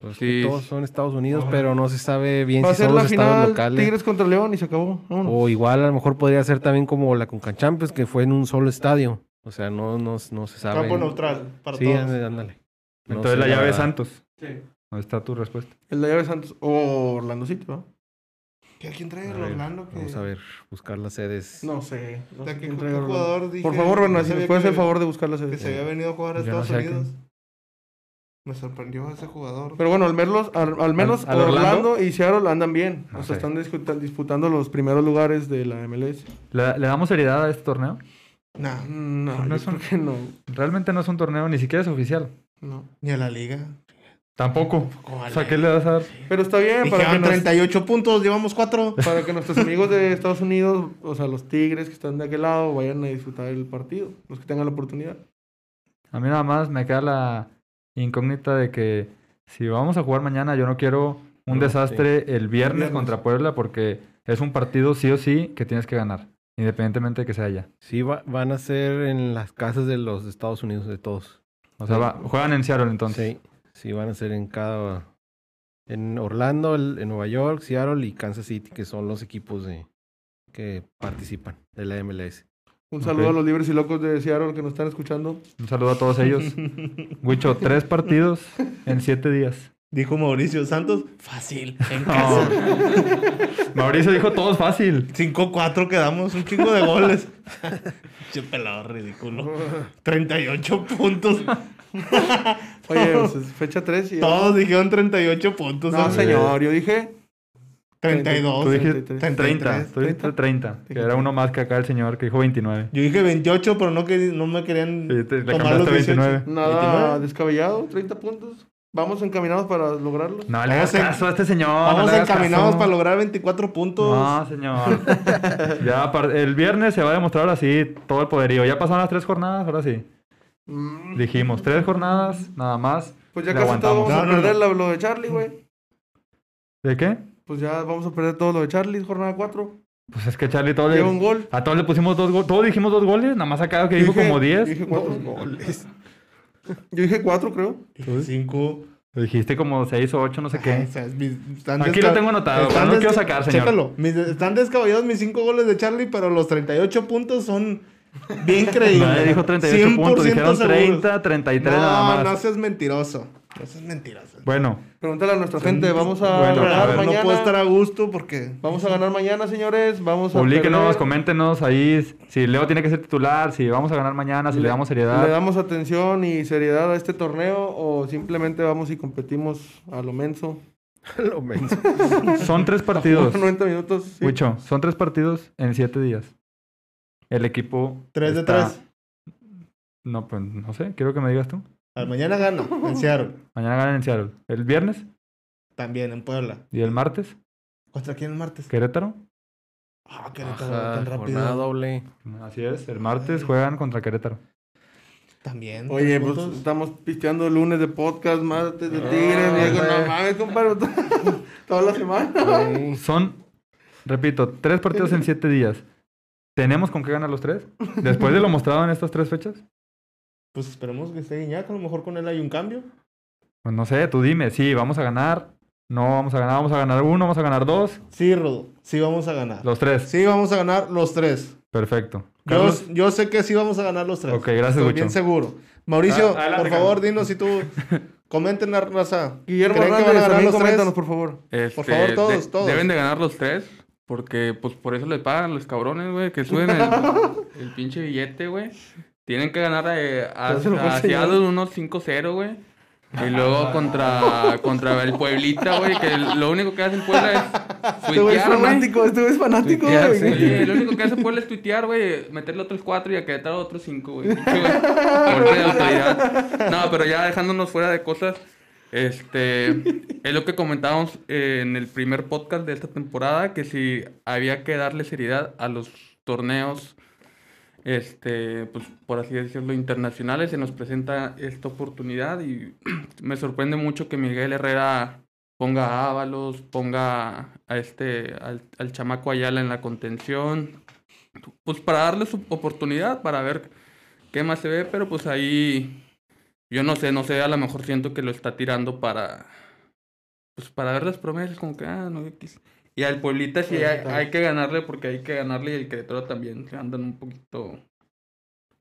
S4: Pues
S5: Sí.
S4: Todos son Estados Unidos, pero no se sabe bien
S3: Va a
S4: si
S3: ser
S4: son
S3: la
S4: los estados
S3: final
S4: locales. Oh.
S3: Tigres contra León y se acabó. Vámonos.
S4: O igual a lo mejor podría ser también como la Conca Champions, que fue en un solo estadio. O sea, no, no, no se sabe.
S6: Campo neutral para
S4: sí,
S6: todos.
S4: ándale, ándale. No
S2: Entonces
S4: sé,
S2: la llave
S4: verdad.
S2: Santos.
S5: Sí.
S2: Ahí está tu respuesta.
S3: El de Llave Santos. O Orlando City, ¿va?
S6: ¿Qué- ¿Quién
S4: A
S6: trae el
S4: ver,
S6: Orlando? que-
S4: Vamos a ver, buscar las sedes.
S3: No sé. No
S6: O sea,
S3: sé
S6: ¿qué-
S3: quién
S6: qué
S3: trae a Orlando.
S6: jugador dije-
S3: Por favor, Bernal,
S6: no
S3: si
S6: sabía
S3: nos puedes
S6: que-
S3: hacer el favor eh, de buscar la
S6: Que
S3: sede.
S6: se había venido a jugar a
S4: Yo no
S6: Estados
S4: sé a quién.
S6: Unidos. Me sorprendió ese jugador.
S3: Pero bueno, al menos, al, al menos
S2: ¿Al- al
S3: Orlando?
S2: Orlando
S3: y Seattle andan bien. o
S2: Ah,
S3: sea,
S2: sí.
S3: están disputa- disputando los primeros lugares de la MLS.
S2: ¿Le, le damos seriedad a este torneo?
S6: Nah,
S3: No,
S2: no
S3: yo
S2: son-
S3: creo que no.
S2: Realmente no es un torneo, ni siquiera es oficial.
S3: no.
S6: ni a la liga.
S2: Tampoco.
S6: Como a
S2: O sea,
S6: la-
S2: ¿qué le vas a dar?
S3: Pero está bien para que,
S6: Dijeron
S3: nos-
S6: 38 puntos, llevamos 4.
S3: para que nuestros amigos de Estados Unidos, o sea, los Tigres que están de aquel lado, vayan a disfrutar el partido. Los que tengan la oportunidad.
S2: A mí nada más me queda la incógnita de que si vamos a jugar mañana, yo no quiero un
S4: No,
S2: desastre el viernes,
S3: viernes.
S2: contra Puebla porque es un partido sí o sí que tienes que ganar, independientemente de que sea allá.
S4: Sí, va- van a ser en las casas de los Estados Unidos, de todos.
S2: O sea,
S4: Sí.
S2: va- juegan en Seattle entonces.
S4: Sí, sí, van a ser en cada... En Orlando, el- en Nueva York, Seattle y Kansas City, que son los equipos de, que participan de la MLS.
S3: Un
S2: Ok.
S3: saludo a los libres y locos de Seattle que nos están escuchando.
S2: Un saludo a todos ellos. Huicho, tres partidos en siete días.
S6: Dijo Mauricio Santos, fácil, en
S2: No.
S6: casa.
S2: Mauricio dijo todos fácil.
S6: 5-4 quedamos, un chingo de goles. Che pelado ridículo. 38 puntos.
S3: Oye, pues, es fecha 3 y...
S6: Todos dijeron 38 puntos.
S3: No,
S6: hombre.
S3: señor, yo dije...
S6: 32.
S2: Tú dijiste
S6: 33.
S2: 30, tú dijiste 30, que era uno más que acá el señor que dijo 29.
S6: Yo dije 28, pero no, quer- no me querían
S2: Sí, te- le
S6: tomar los
S2: cambiaste
S6: 18.
S2: 29.
S3: Nada
S6: 29.
S3: descabellado, 30 puntos. Vamos encaminados para lograrlo.
S2: No le
S6: Vamos
S2: hagas
S6: en-
S2: caso a este señor. no
S6: Vamos
S2: le hagas
S6: encaminados
S2: caso.
S6: para lograr 24 puntos.
S2: No, señor. ya, par- el viernes se va a demostrar así todo el poderío. Ya pasaron las tres jornadas, ahora sí.
S3: Mm,
S2: Dijimos, tres jornadas, nada más.
S3: Pues ya
S2: Le
S3: casi todos
S2: aguantamos.
S3: vamos a
S6: No, no,
S3: perder la- lo de Charlie, güey.
S2: ¿De qué?
S3: Pues ya vamos a perder todo lo de Charlie, jornada 4.
S2: Pues es que Charlie todo le-
S3: Lleva un gol.
S2: A todos le pusimos dos goles. Todos dijimos dos goles, nada más acá que dijo
S3: Dije-
S2: como diez.
S3: Dije 4 goles. Yo dije 4, creo.
S6: 5.
S2: Dijiste como seis o ocho, no sé qué. Aquí
S6: Aquí
S2: lo tengo anotado, pero no quiero sacar, señor.
S6: están descabellados mis 5 goles de Charlie, pero los 38 puntos son bien creíbles.
S2: Nadie dijo 38 puntos,
S6: 100%
S2: dijeron
S6: seguros.
S2: 30, 33
S6: no,
S2: nada más.
S6: no seas mentiroso. No seas mentiroso.
S2: Bueno,
S3: Pregúntale a nuestra gente, vamos a
S2: Bueno, a
S3: ganar
S2: ver.
S3: mañana.
S6: No puedo estar a gusto porque
S3: Vamos a ganar mañana, señores. Vamos a
S2: Publíquenos,
S3: perder.
S2: coméntenos ahí si Leo tiene que ser titular, si vamos a ganar mañana, si le, damos seriedad.
S3: Le damos atención y seriedad a este torneo o simplemente vamos y competimos a lo menso.
S4: Lo menos.
S2: Son tres partidos.
S3: 90 minutos. sí.
S2: Pues, Mucho, son tres partidos en siete días. El equipo.
S6: 3 de
S2: está-
S6: 3.
S2: No, pues no sé, quiero que me digas tú.
S6: Mañana gano en Seattle.
S2: Mañana ganan en Seattle. El viernes
S6: También en Puebla.
S2: y el martes,
S6: ¿Contra quién el martes?
S2: Querétaro.
S6: Ah, Querétaro,
S4: Ajá,
S6: tan
S4: jornada
S6: rápido.
S4: doble.
S2: Así es, el martes juegan contra Querétaro.
S6: También.
S3: Oye,
S6: tres
S3: pues
S6: puntos.
S3: estamos pisteando lunes de podcast, martes de tigres, miércoles, no
S4: hombre.
S3: mames, compadre, to- toda la semana.
S4: Sí.
S2: Son, repito, tres partidos en siete días. ¿Tenemos con qué ganar los tres? Después de lo mostrado en estas tres fechas.
S6: Pues esperemos que esté Guiñac, a lo mejor con él hay un cambio.
S2: Pues no sé, tú dime, sí, vamos a ganar. No, vamos a ganar, vamos a ganar uno, vamos a ganar dos,
S6: Sí, Rodo, sí vamos a ganar.
S2: los tres.
S6: Sí vamos a ganar los tres.
S2: Perfecto.
S6: Yo,
S2: Carlos,
S6: yo sé que sí vamos a ganar los tres.
S2: Ok, gracias,
S6: Estoy
S2: Gucho.
S6: bien seguro. Mauricio,
S2: Ah, adelante,
S6: por favor,
S2: Carlos.
S6: dinos si tú comenten la raza.
S3: Guillermo
S6: ¿Creen que van a
S3: Hernández,
S6: ganar
S3: también
S6: los tres?
S3: coméntanos, por favor.
S5: Este,
S6: favor,
S5: de-
S6: todos, todos.
S5: Deben de ganar los tres. Porque, pues, por eso les pagan los cabrones, güey. Que suben el, el pinche billete, güey. Tienen que ganar eh, a,
S3: Ya se lo fue
S5: a
S3: el señor.
S5: Seattle unos 5-0, güey. Y luego contra, contra el Pueblita, güey. Que lo único que hace el Puebla es
S3: Este güey es
S5: tuitear, güey.
S3: fanático, este güey es fanático,
S4: Tuitear,
S3: güey.
S4: sí.
S5: Sí, lo único que hace Puebla es tuitear, güey, meterle otros cuatro y a Querétaro otros cinco, güey. Pinche, güey, golpe de autoridad. No, pero ya dejándonos fuera de cosas, este, es lo que comentábamos eh, en el primer podcast de esta temporada, que si había que darle seriedad a los torneos, este, pues por así decirlo, internacionales, se nos presenta esta oportunidad y me sorprende mucho que Miguel Herrera ponga a Ábalos, ponga a este, al, al chamaco Ayala en la contención, pues para darle su oportunidad, para ver qué más se ve, pero pues ahí yo no sé, no sé, a lo mejor siento que lo está tirando para, pues para ver las promesas, como que, ah, no, X. Y al Pueblita sí
S6: Pues,
S5: hay,
S6: está
S5: hay
S6: bien.
S5: que ganarle porque hay que ganarle y el Querétaro también que andan un poquito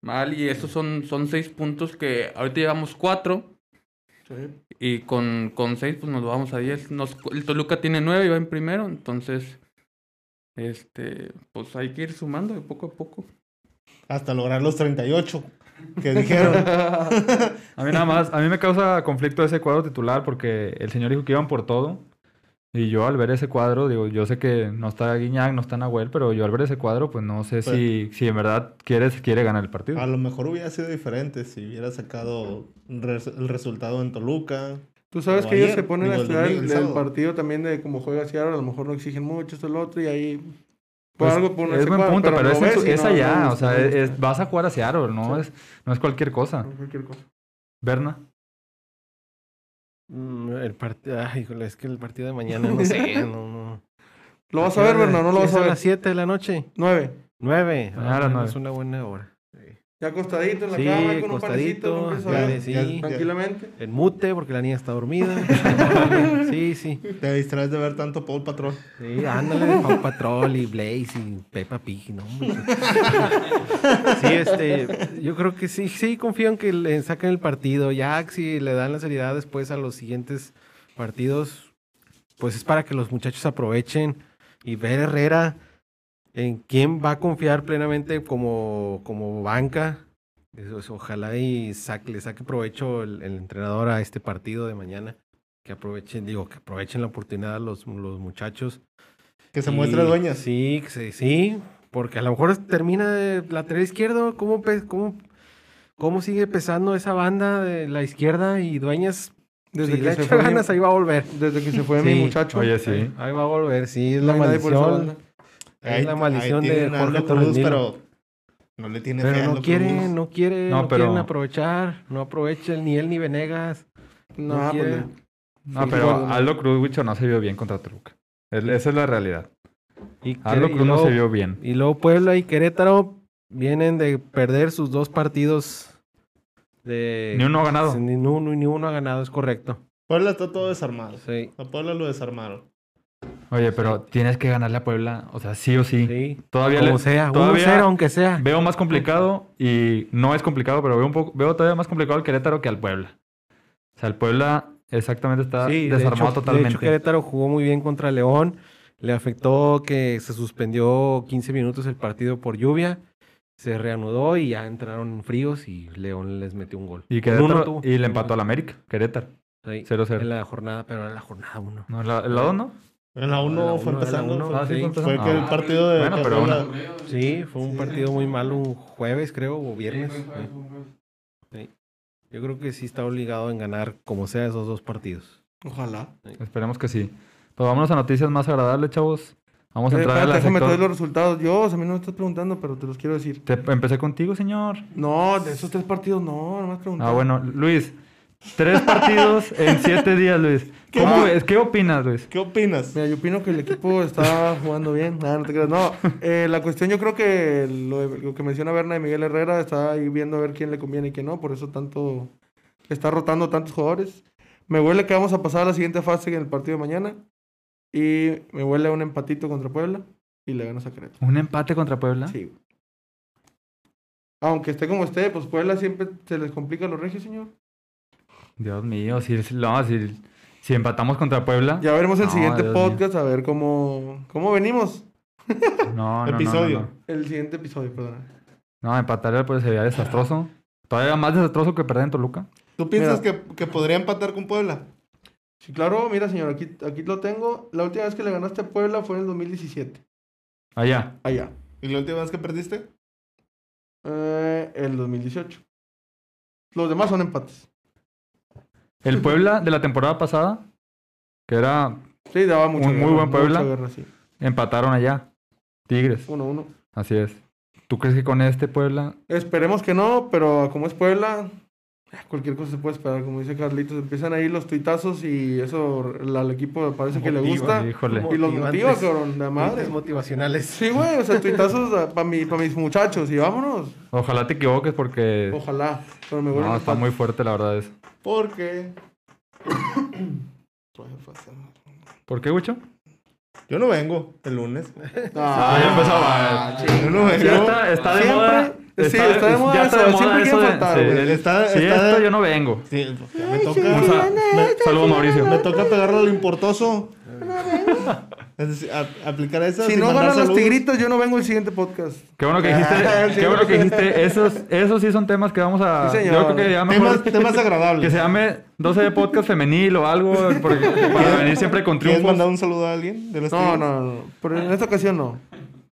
S5: mal y estos son, son seis puntos que ahorita llevamos cuatro. Y con, con 6, pues nos vamos a 10. Nos, el Toluca tiene 9 y va en primero, entonces, este, pues hay que ir sumando de poco a poco.
S6: Hasta lograr los 38 que dijeron.
S2: A mí nada más, a mí me causa conflicto ese cuadro titular porque el señor dijo que iban por todo. Y yo al ver ese cuadro, digo, yo sé que no está Guiñac, no está Nahuel, pero yo al ver ese cuadro, pues no sé
S6: Pues-
S2: si, si en verdad quieres, quiere ganar el partido.
S6: A lo mejor hubiera sido diferente si hubiera sacado res- el resultado en Toluca.
S3: Tú sabes
S6: O
S3: que ellos
S6: ayer,
S3: se ponen
S6: digo,
S3: a
S6: el
S3: estudiar
S6: domingo,
S3: el,
S6: el
S3: del
S6: sábado.
S3: partido también de cómo juega Seattle, a lo mejor no exigen mucho esto el otro y ahí por
S2: Pues,
S3: algo por
S2: es buen punto, pero, es, en su- es allá, o sea, es-
S3: es
S2: es- vas a jugar a Seattle, no, es, no es cualquier cosa.
S3: cualquier cosa.
S2: Berna.
S4: Mm, El partido, ay, híjole, es que el partido de mañana no sé, no, no.
S3: Lo vas a ver, Bernardo, no lo vas
S4: Es
S3: a
S4: a
S3: ver. Ah,
S4: las 7 de la noche.
S3: Nueve.
S4: 9.
S2: Mañana a las nueve.
S4: Es una buena hora.
S3: Ya acostadito en la
S4: Sí,
S3: cama, con un
S4: acostadito,
S3: panecito, lo empiezas a
S4: ya
S3: ver
S4: de- sí.
S3: tranquilamente.
S4: En mute, porque la niña está dormida. sí, sí.
S6: Te distraes de ver tanto Paul Patrón.
S4: Sí, ándale, Paw Patrol y Blaze y Peppa Pig, ¿no? hombre. Sí, este, yo creo que sí, sí, confío en que le saquen el partido. Ya si le dan la seriedad después a los siguientes partidos, pues es para que los muchachos aprovechen y ver Herrera en quién va a confiar plenamente como, como banca. Eso es, ojalá y saque- le saque provecho el, el entrenador a este partido de mañana. Que aprovechen, digo, que aprovechen la oportunidad los, los muchachos.
S6: Que se
S4: Y-
S6: muestre dueña.
S4: Sí, que se- sí, porque a lo mejor termina de lateral izquierdo. ¿Cómo, pe- cómo, cómo sigue pesando esa banda de la izquierda y dueñas?
S3: Desde
S4: si
S3: que
S4: le
S3: se
S4: echa
S3: fue mi-
S4: ganas, ahí va a volver.
S3: Desde que se fue
S4: Sí.
S3: mi muchacho.
S2: Oye, sí.
S4: Ahí va a volver, sí, es
S3: No
S4: la
S3: hay nadie por esa
S4: maldición.
S3: banda.
S4: Es la maldición de
S6: tienen a
S4: Jorge
S6: Aldo Cruz,
S4: Torrentino.
S6: pero no le tiene fe a
S4: Pero no
S6: Aldo
S4: quieren,
S6: Cruz.
S4: no quieren,
S2: No,
S4: no,
S2: pero-
S4: quieren aprovechar, no aprovechan ni él ni Venegas.
S3: No,
S4: No
S3: pues,
S4: quiere.
S3: no.
S2: No,
S4: Sí,
S2: pero
S4: igual.
S2: Aldo Cruz, Wicho, no se vio bien contra Toluca. Es- esa es la realidad.
S4: Y
S2: Aldo
S4: quiere- y
S2: Cruz no
S4: luego-
S2: se vio bien.
S4: Y luego Puebla y Querétaro vienen de perder sus dos partidos de...
S2: Ni uno ha ganado.
S4: Sí, Ni, nu- ni- ni uno ha ganado, es correcto.
S6: Puebla está todo desarmado.
S4: Sí.
S6: A Puebla lo desarmaron.
S2: Oye, pero tienes que ganarle a Puebla, o sea, sí o sí.
S4: Sí.
S2: Todavía
S4: Como
S2: le-
S4: sea,
S2: todavía
S4: 1-0 aunque sea.
S2: veo más complicado y no es complicado, pero veo un poco veo todavía más complicado al Querétaro que al Puebla. O sea, el Puebla exactamente está
S4: Sí, de
S2: desarmado
S4: hecho- De hecho,
S2: totalmente.
S4: Querétaro jugó muy bien contra León. Le afectó que se suspendió 15 minutos el partido por lluvia. Se reanudó y ya entraron fríos y León les metió un gol.
S2: y
S4: Uno
S2: Querétaro
S4: tuvo.
S2: y le empató al América, Querétaro,
S4: Sí,
S2: 0-0.
S4: en la jornada, pero en la jornada 1.
S2: No, la- el lado no.
S6: En la
S4: uno,
S6: 1 fue
S4: en la
S6: empezando.
S4: uno,
S6: fue-
S4: ah, sí, fue
S6: Fue
S2: empezando.
S6: que el
S2: Ah,
S6: partido de.
S2: bueno,
S6: que
S2: pero
S6: Puebla-
S2: una-
S4: Sí, fue un partido muy malo, un jueves creo, o viernes. Sí. Yo creo que sí está obligado en ganar como sea esos dos partidos.
S3: Ojalá. Eh,
S2: Esperemos que sí. Pues vámonos a noticias más agradables, chavos. Vamos a
S4: Eh,
S3: Oye,
S2: entrar
S3: espérate,
S2: a la
S3: déjame
S2: sector-
S3: te doy los resultados. Yo, o sea, a mí no me estás preguntando, pero te los quiero decir.
S2: Te- empecé contigo, señor.
S3: No, de esos tres partidos no, nomás pregunté.
S2: Ah, bueno, Luis. Tres partidos en siete días, Luis.
S6: ¿Qué
S2: ¿Cómo
S6: va?
S2: ves? ¿Qué opinas, Luis?
S6: ¿Qué opinas?
S3: Mira, yo opino que el equipo está jugando bien. Nah, no te creas. No, eh, la cuestión yo creo que lo, de- lo que menciona Berna de Miguel Herrera está ahí viendo a ver quién le conviene y quién no. Por eso tanto está rotando tantos jugadores. Me huele que vamos a pasar a la siguiente fase en el partido de mañana. Y me huele a un empatito contra Puebla y le ganas a Querétaro.
S2: ¿Un empate contra Puebla?
S3: Sí. Aunque esté como esté, pues Puebla siempre se les complica a los regios, señor.
S2: Dios mío, si, no, si, si empatamos contra Puebla.
S3: Ya veremos el
S2: No,
S3: siguiente
S2: Dios mío.
S3: podcast a ver cómo, cómo venimos.
S2: No, no, no, no,
S6: Episodio.
S2: No,
S3: El siguiente episodio, perdona.
S2: No, empatar pues, sería desastroso. Todavía más desastroso que perder en Toluca.
S6: ¿Tú piensas que, que podría empatar con Puebla?
S3: Sí, claro, mira, señor, aquí, aquí lo tengo. La última vez que le ganaste a este Puebla fue en el 2017.
S2: Allá.
S3: Allá.
S6: ¿Y la última vez que perdiste?
S3: Eh, el 2018. Los demás son empates.
S2: El Puebla de la temporada pasada, que era.
S3: Sí, daba mucho.
S2: Un muy
S3: guerra,
S2: buen Puebla.
S3: mucha guerra, sí.
S2: Empataron allá. Tigres.
S3: 1-1.
S2: Así es. ¿Tú crees que con este Puebla
S3: Esperemos que no, pero como es Puebla, Cualquier cosa se puede esperar, como dice Carlitos. Empiezan ahí los tuitazos y eso r- al equipo parece que le
S4: Motiva.
S3: gusta.
S2: Híjole.
S3: Y los motiva,
S4: Motivantes.
S3: cabrón, de madre.
S4: Madres motivacionales.
S3: Sí, güey, o sea, tuitazos para mi, pa mis muchachos y vámonos.
S2: Ojalá te equivoques porque.
S3: Ojalá, pero me vuelven
S2: No,
S3: los
S2: está
S3: patos.
S2: muy fuerte la verdad eso.
S6: Porque. Traje pasado.
S2: ¿Por qué, Gucho?
S6: Yo no vengo el lunes.
S3: Ah,
S2: ya empezó mal.
S6: Yo no vengo.
S2: Ya está, está de
S3: siempre-
S2: moda.
S3: sí, está de moda
S2: ya
S3: eso,
S2: está de moda
S3: siempre
S2: eso
S3: quieren
S2: de-
S3: faltar,
S2: sí,
S3: güey.
S4: eh,
S2: el-
S6: Está-
S2: si
S6: está-
S2: esto yo no vengo.
S6: Sí, porque me toca.
S2: Un sa- me- Saludos, Mauricio.
S6: Me toca pegarle al importoso. Es decir, a- aplicar esas
S3: Si
S6: y
S3: no
S6: mandar
S3: ganan los
S6: saludos.
S3: tigritos, yo no vengo el siguiente podcast.
S2: Qué bueno que dijiste,
S3: sí,
S2: qué bueno que
S3: sí.
S2: dijiste, esos, esos sí son temas que vamos a...
S3: Sí, señor.
S2: yo creo que ya mejor
S6: Temas, temas
S2: que
S6: agradables.
S2: se llame 12 de podcast femenil o algo, porque- para venir siempre con
S6: ¿Quieres
S2: triunfos.
S6: mandar un saludo a alguien? De los
S3: No,
S6: tigres?
S3: no, no. Pero
S6: Ah.
S3: en esta ocasión no.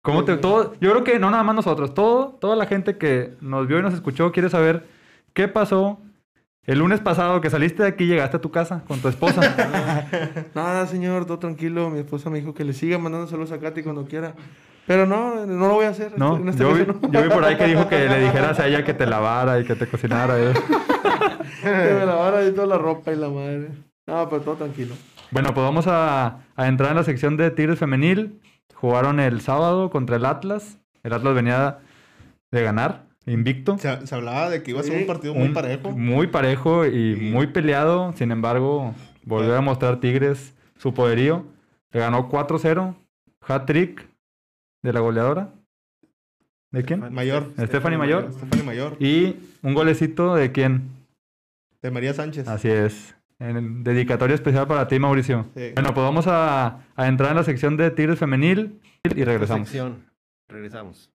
S2: ¿Cómo te, todo, yo creo que no nada más nosotros, todo, toda la gente que nos vio y nos escuchó quiere saber qué pasó el lunes pasado que saliste de aquí y llegaste a tu casa con tu esposa.
S3: Nada, señor, todo tranquilo. Mi esposa me dijo que le siga mandando saludos a Katy cuando quiera. Pero no, no lo voy a hacer.
S2: No,
S3: En esta
S2: yo vi,
S3: ocasión no.
S2: yo vi por ahí que dijo que le dijeras a ella que te lavara y que te cocinara. ¿eh?
S3: Que me lavara ahí toda la ropa y la madre. No, pero todo tranquilo.
S2: Bueno, pues vamos a, a entrar en la sección de Tigres Femenil. Jugaron el sábado contra el Atlas. El Atlas venía de ganar, invicto.
S6: Se, se hablaba de que iba a ser
S3: Sí,
S6: un partido muy
S2: Un-
S6: parejo.
S2: Muy parejo y muy peleado. Sin embargo, volvió a mostrar Tigres su poderío. Le ganó 4-0. Hat-trick de la goleadora. ¿De quién?
S6: Mayor.
S2: Este, Stephanie Mayor.
S6: Stephanie Mayor.
S2: Y un golecito de quién.
S6: De María Sánchez.
S2: Así es. En el dedicatoria especial para ti, Mauricio.
S6: Sí.
S2: Bueno, pues vamos a, a entrar en la sección de Tigres Femenil y regresamos.
S4: Sección. Regresamos.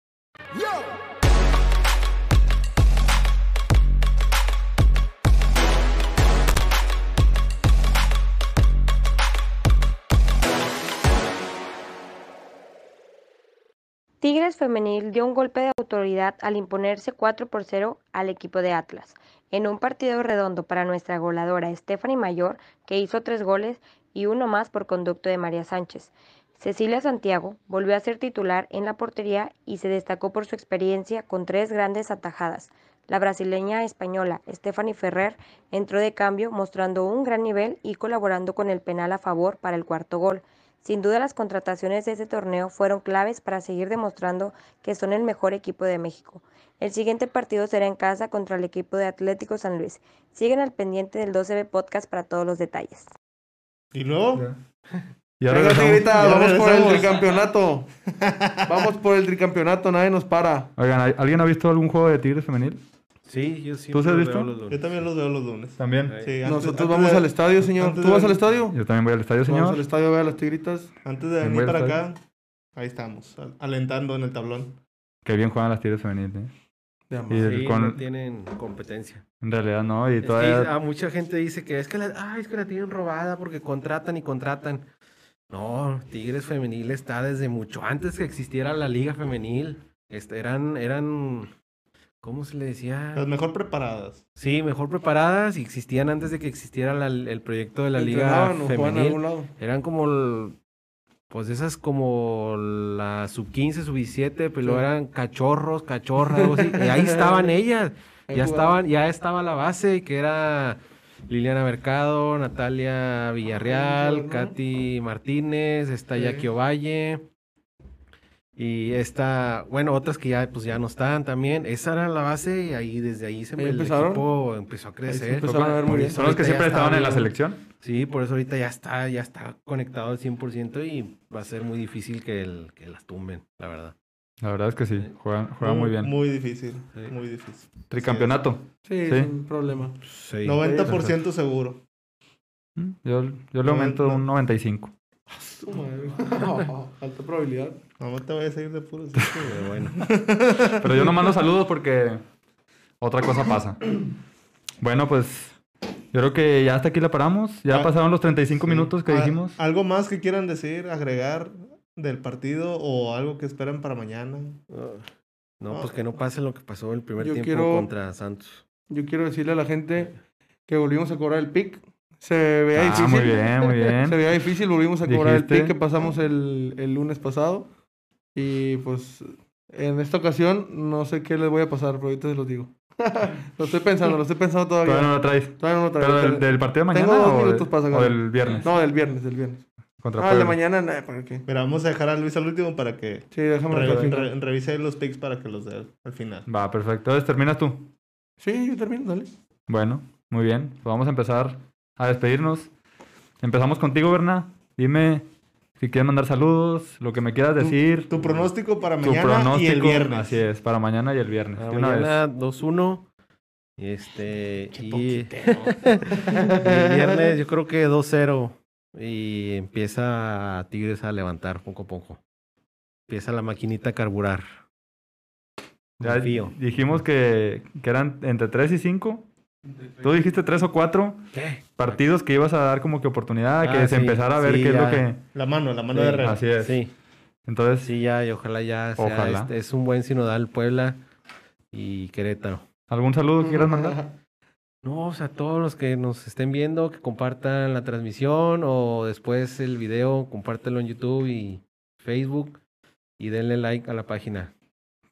S7: Tigres Femenil dio un golpe de autoridad al imponerse 4 por 0 al equipo de Atlas, en un partido redondo para nuestra goleadora Stephanie Mayor, que hizo tres goles y uno más por conducto de María Sánchez. Cecilia Santiago volvió a ser titular en la portería y se destacó por su experiencia con tres grandes atajadas. La brasileña española Stephanie Ferrer entró de cambio mostrando un gran nivel y colaborando con el penal a favor para el cuarto gol. Sin duda las contrataciones de este torneo fueron claves para seguir demostrando que son el mejor equipo de México. El siguiente partido será en casa contra el equipo de Atlético San Luis. Siguen al pendiente del 12B Podcast para todos los detalles.
S6: Y luego.
S2: Ya
S3: Venga,
S2: regresamos.
S3: tigrita,
S6: Ya
S3: vamos por el
S6: regresamos.
S3: tricampeonato. Vamos por el tricampeonato, nadie nos para.
S2: Oigan, ¿al- ¿alguien ha visto algún juego de Tigres Femenil?
S4: Sí, yo sí.
S2: has visto?
S6: Yo también los veo los lunes.
S2: También.
S6: Sí, antes-
S3: Nosotros
S6: antes
S3: vamos
S6: de-
S3: al estadio, señor.
S6: antes
S3: ¿Tú
S6: de-
S3: vas al estadio?
S2: Yo también voy al estadio,
S3: Vamos al
S2: señor.
S3: estadio a ver a las tigritas.
S6: Antes de
S2: En
S6: venir para
S2: Buenos
S6: acá, ahí estamos, al- alentando en el tablón.
S2: Qué bien juegan las Tigres Femenil. ¿eh?
S3: de
S2: Y
S3: amor.
S2: el
S4: Sí,
S2: con-
S4: no tienen competencia.
S2: En realidad no, y
S4: Es que ah,
S2: todavía...
S4: a mucha gente dice que es que la, ay, es que la tienen robada porque contratan y contratan. No, Tigres Femenil está desde mucho antes que existiera la Liga Femenil. Este, eran, eran, ¿cómo se le decía?
S6: Las mejor preparadas.
S4: Sí, mejor preparadas y existían antes de que existiera la- el proyecto de la Liga
S3: Entrenaban o jugaban en
S4: Femenil.
S3: algún lado.
S4: Eran como, el- pues esas como la sub 15, sub 17, pero luego
S3: Sí.
S4: eran cachorros, cachorras, algo así. Y ahí estaban ellas.
S3: Ahí
S4: ya
S3: jugaban.
S4: estaban, ya estaba la base, que era Liliana Mercado, Natalia Villarreal,
S3: Villarreal, ¿no?
S4: Katy Martínez, está
S3: Sí.
S4: Jackie Ovalle. Y esta, bueno, otras que ya pues ya no están también. Esa era la base y ahí desde ahí se
S3: Ahí
S4: el
S3: empezaron.
S4: equipo empezó a crecer.
S3: empezaron a ver muy bien.
S2: Son los que
S4: Ahorita ya
S2: siempre
S4: está
S2: estaban en la
S4: bien.
S2: selección.
S4: Sí, por eso ahorita ya está, ya está conectado al 100% y va a ser muy difícil que, el, que las tumben, la verdad.
S2: La verdad es que sí, juegan, juegan muy bien.
S6: Muy difícil,
S4: Sí.
S6: muy difícil.
S2: Tricampeonato.
S3: Sí,
S2: Sí.
S3: sin problema.
S4: Sí.
S6: 90% seguro.
S2: Mm, Yo, yo le aumento un 95.
S3: Su madre. No, alta probabilidad.
S6: No te voy a seguir de puro.
S4: Pero bueno,
S2: Pero yo no mando saludos porque otra cosa pasa. Bueno, pues yo creo que ya hasta aquí la paramos. Ya
S6: Ah,
S2: pasaron los 35 minutos que
S6: Ah,
S2: dijimos.
S6: ¿Algo más que quieran decir, agregar del partido o algo que esperan para mañana?
S2: Ah.
S4: uh, no, pues que no pase lo que pasó el primer
S3: Yo
S4: tiempo
S3: quiero-
S4: contra Santos.
S3: Yo quiero decirle a la gente que volvimos a cobrar el pick. Se veía
S2: Ah,
S3: difícil.
S2: muy bien, muy
S3: Se
S2: bien.
S3: veía difícil, volvimos a cobrar el pick
S2: Dijiste.
S3: que pasamos el, el lunes pasado. Y pues en esta ocasión no sé qué les voy a pasar, pero ahorita se los digo. Lo estoy pensando, lo estoy pensando todavía.
S2: Todavía no lo traes.
S3: Todavía no lo traigo.
S2: ¿Pero del, del partido de mañana
S3: Tengo dos
S2: o, de-
S3: minutos para sacarlo.
S2: o del viernes?
S3: No, del viernes, del viernes.
S2: Contra
S3: Ah, el
S2: Puebla.
S3: de mañana, nada, ¿para qué?
S6: Pero vamos a dejar a Luis al último para que
S3: Sí, déjame
S6: re-
S3: recalcular.
S6: re- revise los picks para que los dé al final.
S2: Va, perfecto. Entonces terminas tú.
S3: Sí, yo termino, dale.
S2: Bueno, muy bien. Pues vamos a empezar a despedirnos. Empezamos contigo, Berna. Dime si quieres mandar saludos, lo que me quieras decir.
S6: Tu pronóstico para
S2: tu
S6: mañana y el viernes.
S2: Así es, para mañana y el viernes.
S4: Para
S2: Pues de una vez.
S4: Ah, mañana 2-1. y Este,
S6: Qué
S4: y el
S6: poquitero.
S4: viernes yo creo que 2-0. Y empieza Tigres a levantar poco a poco. Empieza la maquinita a carburar.
S2: Ya
S4: Confío.
S2: dijimos que, que eran entre 3 y 5. Tú dijiste 3 o 4
S4: ¿Qué?
S2: partidos que ibas a dar como que oportunidad, a que
S4: Ah,
S2: se
S4: sí,
S2: empezara a ver
S4: sí,
S2: qué
S4: ya.
S2: es
S6: La mano, la mano
S4: Sí,
S6: de
S2: lo que...
S6: Herrera.
S2: Así es.
S4: Sí,
S2: Entonces,
S4: sí, ya, y ojalá ya sea.
S2: Ojalá.
S4: este, es un buen sinodal Puebla y Querétaro.
S2: ¿algún saludo que quieras mandar?
S4: No, o sea, todos los que nos estén viendo, que compartan la transmisión o después el video, compártelo en YouTube y Facebook y denle like a la página.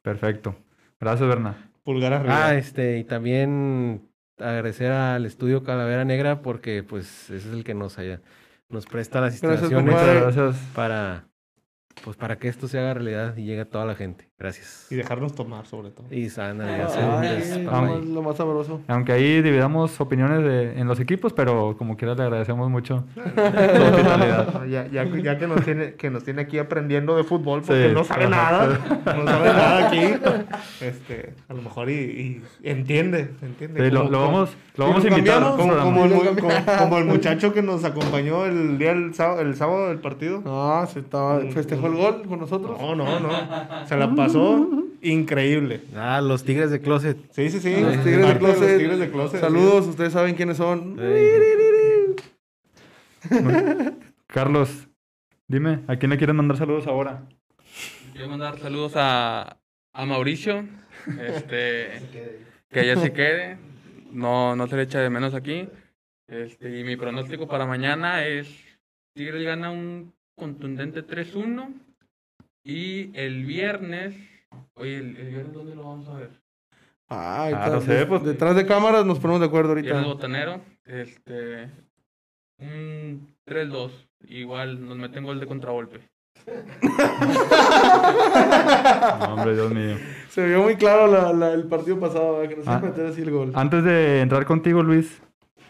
S2: Perfecto. Gracias, Berna.
S6: Pulgar arriba.
S4: Ah, este, y también agradecer al estudio Calavera Negra porque pues ese es el que nos haya, nos presta las
S3: Gracias,
S4: instalaciones
S3: compadre.
S2: Muchas gracias.
S4: para pues para que esto se haga realidad y llegue a toda la gente. Gracias.
S6: Y dejarnos tomar, sobre todo.
S4: Y sana,
S3: Ay,
S4: ya se-
S3: es lo
S4: ya se-
S3: más- lo más sabroso.
S2: Aunque ahí dividamos opiniones de- en los equipos, pero como quiera le agradecemos mucho.
S6: No, ya, ya, ya que, nos tiene, que nos tiene aquí aprendiendo de fútbol porque
S2: Sí.
S6: no sabe nada, no sabe nada aquí. Este, a lo mejor y, y entiende, entiende.
S2: Sí, lo,
S6: Como-
S2: lo
S6: como-
S2: vamos, lo
S3: y
S2: vamos a
S3: lo
S2: invitar. al
S3: cambiamos,
S6: como,
S2: programa.
S6: como el,
S3: Lo
S6: mu-
S3: cambiamos.
S6: como- como el muchacho que nos acompañó el día del sábado, el sábado del partido.
S3: Ah, se estaba, festejó el gol con nosotros.
S6: No, no, no. Se la pasó increíble.
S4: Ah, los Tigres de Closet.
S6: Sí, sí, sí.
S2: Este,
S3: Los Tigres de
S6: Parte
S3: Closet.
S6: los Tigres de Closet,
S3: Saludos, ustedes saben quiénes son.
S2: Carlos, dime, ¿a quién le quieres mandar saludos ahora?
S5: Quiero mandar saludos a, a Mauricio, este, que allá se quede, no, no se le echa de menos aquí. Este, y mi pronóstico para mañana es Tigres gana un contundente 3-1 y el viernes, oye, ¿el, el viernes dónde lo vamos a ver?
S3: Ay,
S2: Ah, no
S3: tal-
S2: sé,
S3: de-
S2: pues.
S3: Detrás de cámaras nos ponemos de acuerdo
S5: Viernes
S3: ahorita.
S5: botanero, este, un 3-2, igual nos meten gol de contragolpe.
S2: No, hombre, Dios mío.
S3: Se vio muy claro la- la- el partido pasado, ¿verdad? que nos iba a
S2: Ah.
S3: meter así el gol.
S2: Antes de entrar contigo, Luis,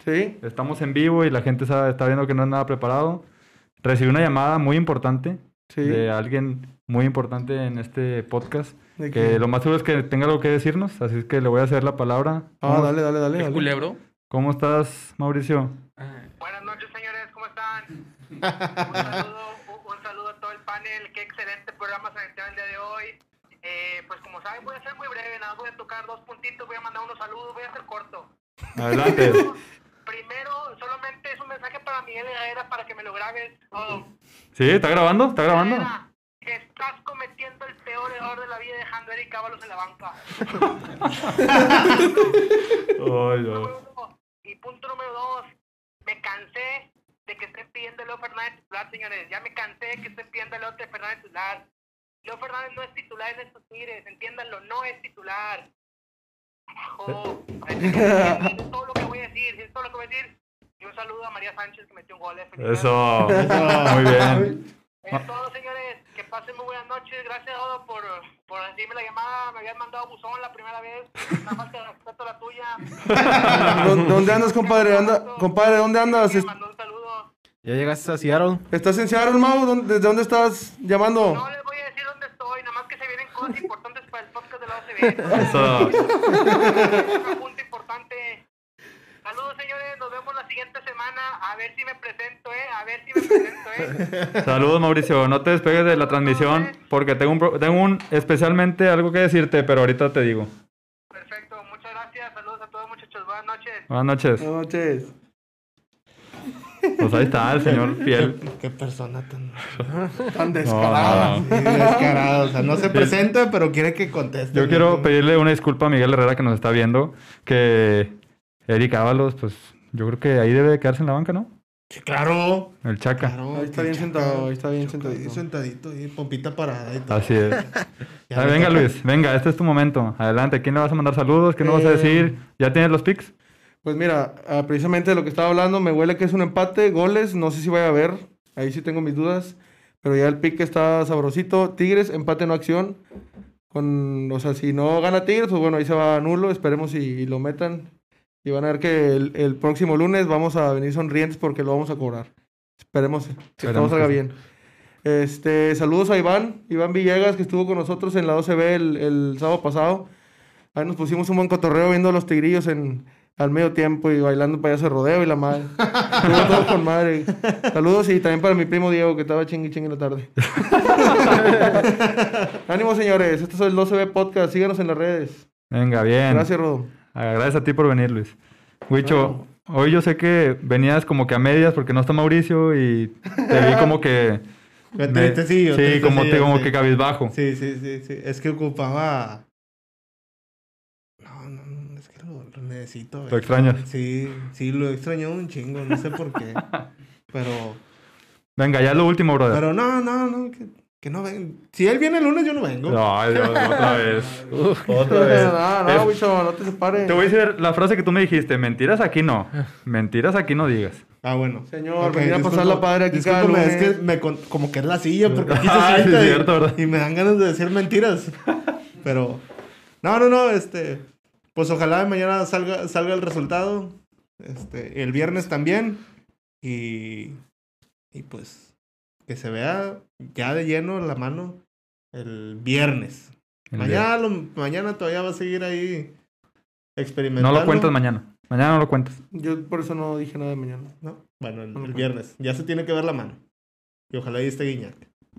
S3: Sí,
S2: estamos en vivo y la gente sabe- está viendo que no es nada preparado. Recibí una llamada muy importante
S3: sí.
S2: de alguien muy importante en este podcast,
S3: ¿De
S2: que
S3: qué?
S2: lo más seguro es que tenga algo que decirnos, así es que le voy a hacer la palabra.
S3: Ah,
S2: ¿Cómo,
S3: dale, dale, dale.
S5: ¿Es
S3: dale.
S5: culebro?
S2: cómo estás, Mauricio?
S5: Ah,
S8: Buenas noches, señores, ¿cómo están? Un saludo, u- un saludo a todo el panel, qué excelente programa se metió el día de hoy. Eh, pues como saben, voy a ser muy breve, nada, más voy a tocar dos puntitos, voy a mandar unos saludos, voy a ser corto.
S2: Adelante.
S8: Primero, solamente es un mensaje para Miguel Herrera para que me lo grabes todo.
S2: ¿Sí? ¿Está grabando? ¿Está grabando?
S8: Herrera, estás cometiendo el peor error de la vida dejando a Eric Ábalos en la banca.
S2: Ay,
S8: Punto
S2: Dios.
S8: número uno. Y punto número dos, me cansé de que estén pidiendo a Leo Fernández titular, señores. Ya me cansé de que estén pidiendo a Leo Fernández titular. Leo Fernández no es titular en estos tigres, entiéndanlo, no es titular. Carajo. Es todo lo que voy a decir, es todo lo que voy a decir. Y un saludo a María Sánchez que metió un gol. eh, felicidades.
S2: Eso. Muy bien.
S8: Es todo, señores. Que pasen muy buenas noches. Gracias, Odo, por, por decirme la llamada. Me habían mandado buzón la primera vez. Una falta de respeto la tuya.
S3: ¿Dó- ¿Dónde andas, compadre? Anda, compadre, ¿dónde andas?
S8: Me
S3: Es-
S8: mandó un saludo.
S4: ¿Ya llegaste a Seattle?
S3: ¿Estás en Seattle, Mau? ¿Dónde- ¿Desde dónde estás llamando?
S8: No les voy a decir dónde estoy, nada más que se vienen cosas importantes para el podcast de la OCB.
S2: Eso.
S8: Un punto importante. Saludos, señores. Nos vemos la siguiente semana. A ver si me presento, ¿eh? A ver si me presento, ¿eh?
S2: Saludos, Mauricio. No te despegues de la transmisión porque tengo un, pro- tengo un especialmente algo que decirte, pero ahorita te digo.
S8: Perfecto. Muchas gracias. Saludos a todos, muchachos. Buenas noches.
S2: Buenas noches.
S3: Buenas noches.
S2: Pues ahí está el señor fiel.
S6: Qué persona tan
S3: Tan
S2: No, no,
S3: descarada.
S2: no.
S6: Sí, descarada. O sea, no se presenta, pero quiere que conteste.
S2: Yo
S6: ¿no?
S2: quiero pedirle una disculpa a Miguel Herrera que nos está viendo, que Eric Ábalos, pues yo creo que ahí debe de quedarse en la banca, ¿no?
S6: Sí, claro.
S2: El Chaca.
S6: claro
S3: Ahí está bien
S6: Chaca,
S3: sentado, ahí está bien
S6: Chaca,
S3: sentadito.
S6: ahí sentadito, y pompita parada y todo.
S2: Así es.
S6: Ya
S2: Ah,
S6: me
S2: venga,
S6: toca.
S2: Luis, venga, este es tu momento. Adelante, ¿quién le vas a mandar saludos? ¿Qué no vas a
S3: Eh,
S2: decir? ¿Ya tienes los pics?
S3: Pues mira, ah, precisamente de lo que estaba hablando, me huele que es un empate, goles, no sé si vaya a haber, ahí sí tengo mis dudas, pero ya el pick está sabrosito. Tigres, empate no acción. Con, o sea, si no gana Tigres, pues bueno, ahí se va a nulo, esperemos y, y lo metan. Y van a ver que el, el próximo lunes vamos a venir sonrientes porque lo vamos a cobrar. Esperemos que todo
S2: Esperemos
S3: salga
S2: que sí.
S3: bien. Este, saludos a Iván, Iván Villegas, que estuvo con nosotros en la 12B el, el sábado pasado. Ahí nos pusimos un buen cotorreo viendo a los tigrillos en, al medio tiempo y bailando payaso de rodeo y la madre. Estuvo todo con madre. Saludos y también para mi primo Diego, que estaba chingui chingui en la tarde. Ánimo, señores. Este es el 12B Podcast. Síganos en las redes.
S2: Venga, bien.
S3: Gracias, Rodo.
S2: Ah, Gracias a ti por venir, Luis. Huicho, hoy yo sé que venías como que a medias porque no está Mauricio y te vi como que...
S6: Me-
S2: me-
S6: tristecillo,
S2: Sí, como, te,
S6: tristecillo,
S2: como
S6: este sí.
S2: que cabizbajo.
S6: Sí, sí, sí, sí. Es que ocupaba. No, no, no, es que lo, lo necesito. güey.
S2: Lo extrañas.
S6: Sí, sí, lo he extrañado un chingo, no sé por qué. Pero,
S2: Venga, ya lo último, brother.
S6: pero no, no, no, que, que no ven. Si él viene el lunes, yo no vengo.
S2: Ay, Dios, otra vez. Otra
S3: No, no,
S2: Es-
S3: bicho, no te separes.
S2: Te voy a decir la frase que tú me dijiste. Mentiras aquí no. Mentiras aquí no digas.
S6: Ah, bueno.
S3: Señor,
S6: Ok,
S3: venía a
S6: disculpa-
S3: pasar la padre aquí cada
S6: discúlpame,
S3: lunes.
S6: es que me con- como que es la silla, porque aquí se
S2: Ah, sí,
S6: sienta
S2: es
S6: y-
S2: cierto, ¿verdad?
S6: y, me dan ganas de decir mentiras. Pero, no, no, no, este, pues ojalá mañana salga, salga el resultado, este, el viernes también, y, y pues que se vea ya de lleno la mano el viernes. Mañana, lo- mañana todavía va a seguir ahí experimentando.
S2: No lo cuentas mañana. Mañana no lo cuentas.
S3: Yo por eso no dije nada de mañana.
S6: ¿no? Bueno, el,
S3: No lo
S6: el
S3: cuento.
S6: viernes, ya se tiene que ver la mano. Y ojalá ahí esté Guiñac.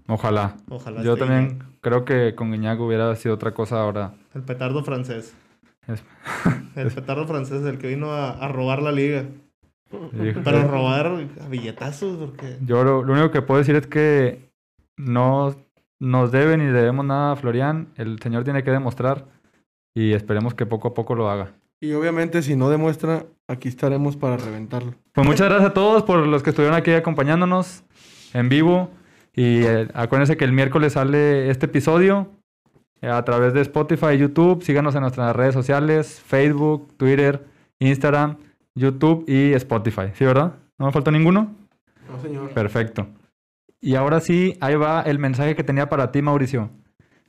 S2: Ojalá.
S6: Ojalá.
S2: Yo
S6: esté
S2: también
S6: Guiñac.
S2: creo que con Guiñac hubiera sido otra cosa ahora.
S6: El petardo francés.
S2: Es-
S6: El petardo francés, el que vino a, a robar la liga.
S2: Hijo.
S6: Pero robar a billetazos, porque.
S2: Yo lo, lo único que puedo decir es que no nos debe ni debemos nada a Florian. El señor tiene que demostrar y esperemos que poco a poco lo haga.
S3: Y obviamente, si no demuestra, aquí estaremos para reventarlo.
S2: Pues muchas gracias a todos por los que estuvieron aquí acompañándonos en vivo. Y eh, acuérdense que el miércoles sale este episodio eh, a través de Spotify, YouTube. Síganos en nuestras redes sociales, Facebook, Twitter, Instagram, YouTube y Spotify. ¿Sí, verdad? ¿No me faltó ninguno?
S3: No, señor.
S2: Perfecto. Y ahora sí, ahí va el mensaje que tenía para ti, Mauricio.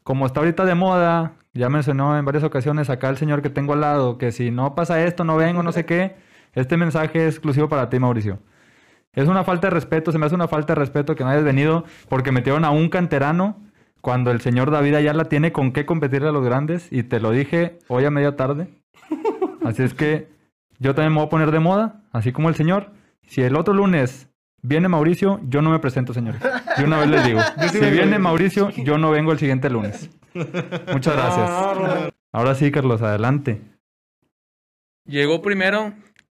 S2: Como está ahorita de moda, ya mencionó en varias ocasiones acá el señor que tengo al lado, que si no pasa esto, no vengo, no sé qué. Este mensaje es exclusivo para ti, Mauricio. Es una falta de respeto, se me hace una falta de respeto que no hayas venido porque metieron a un canterano cuando el señor David Ayala tiene con qué competirle a los grandes y te lo dije hoy a media tarde. Así es que yo también me voy a poner de moda, así como el señor. Si el otro lunes viene Mauricio, yo no me presento, señor. Yo una vez les digo, si viene Mauricio, yo no vengo el siguiente lunes. Muchas gracias. Ahora sí, Carlos, adelante.
S5: Llegó primero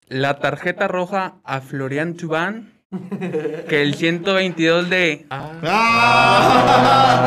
S5: la tarjeta roja a Florian Tubán que el 122 de...
S6: ¡Ah!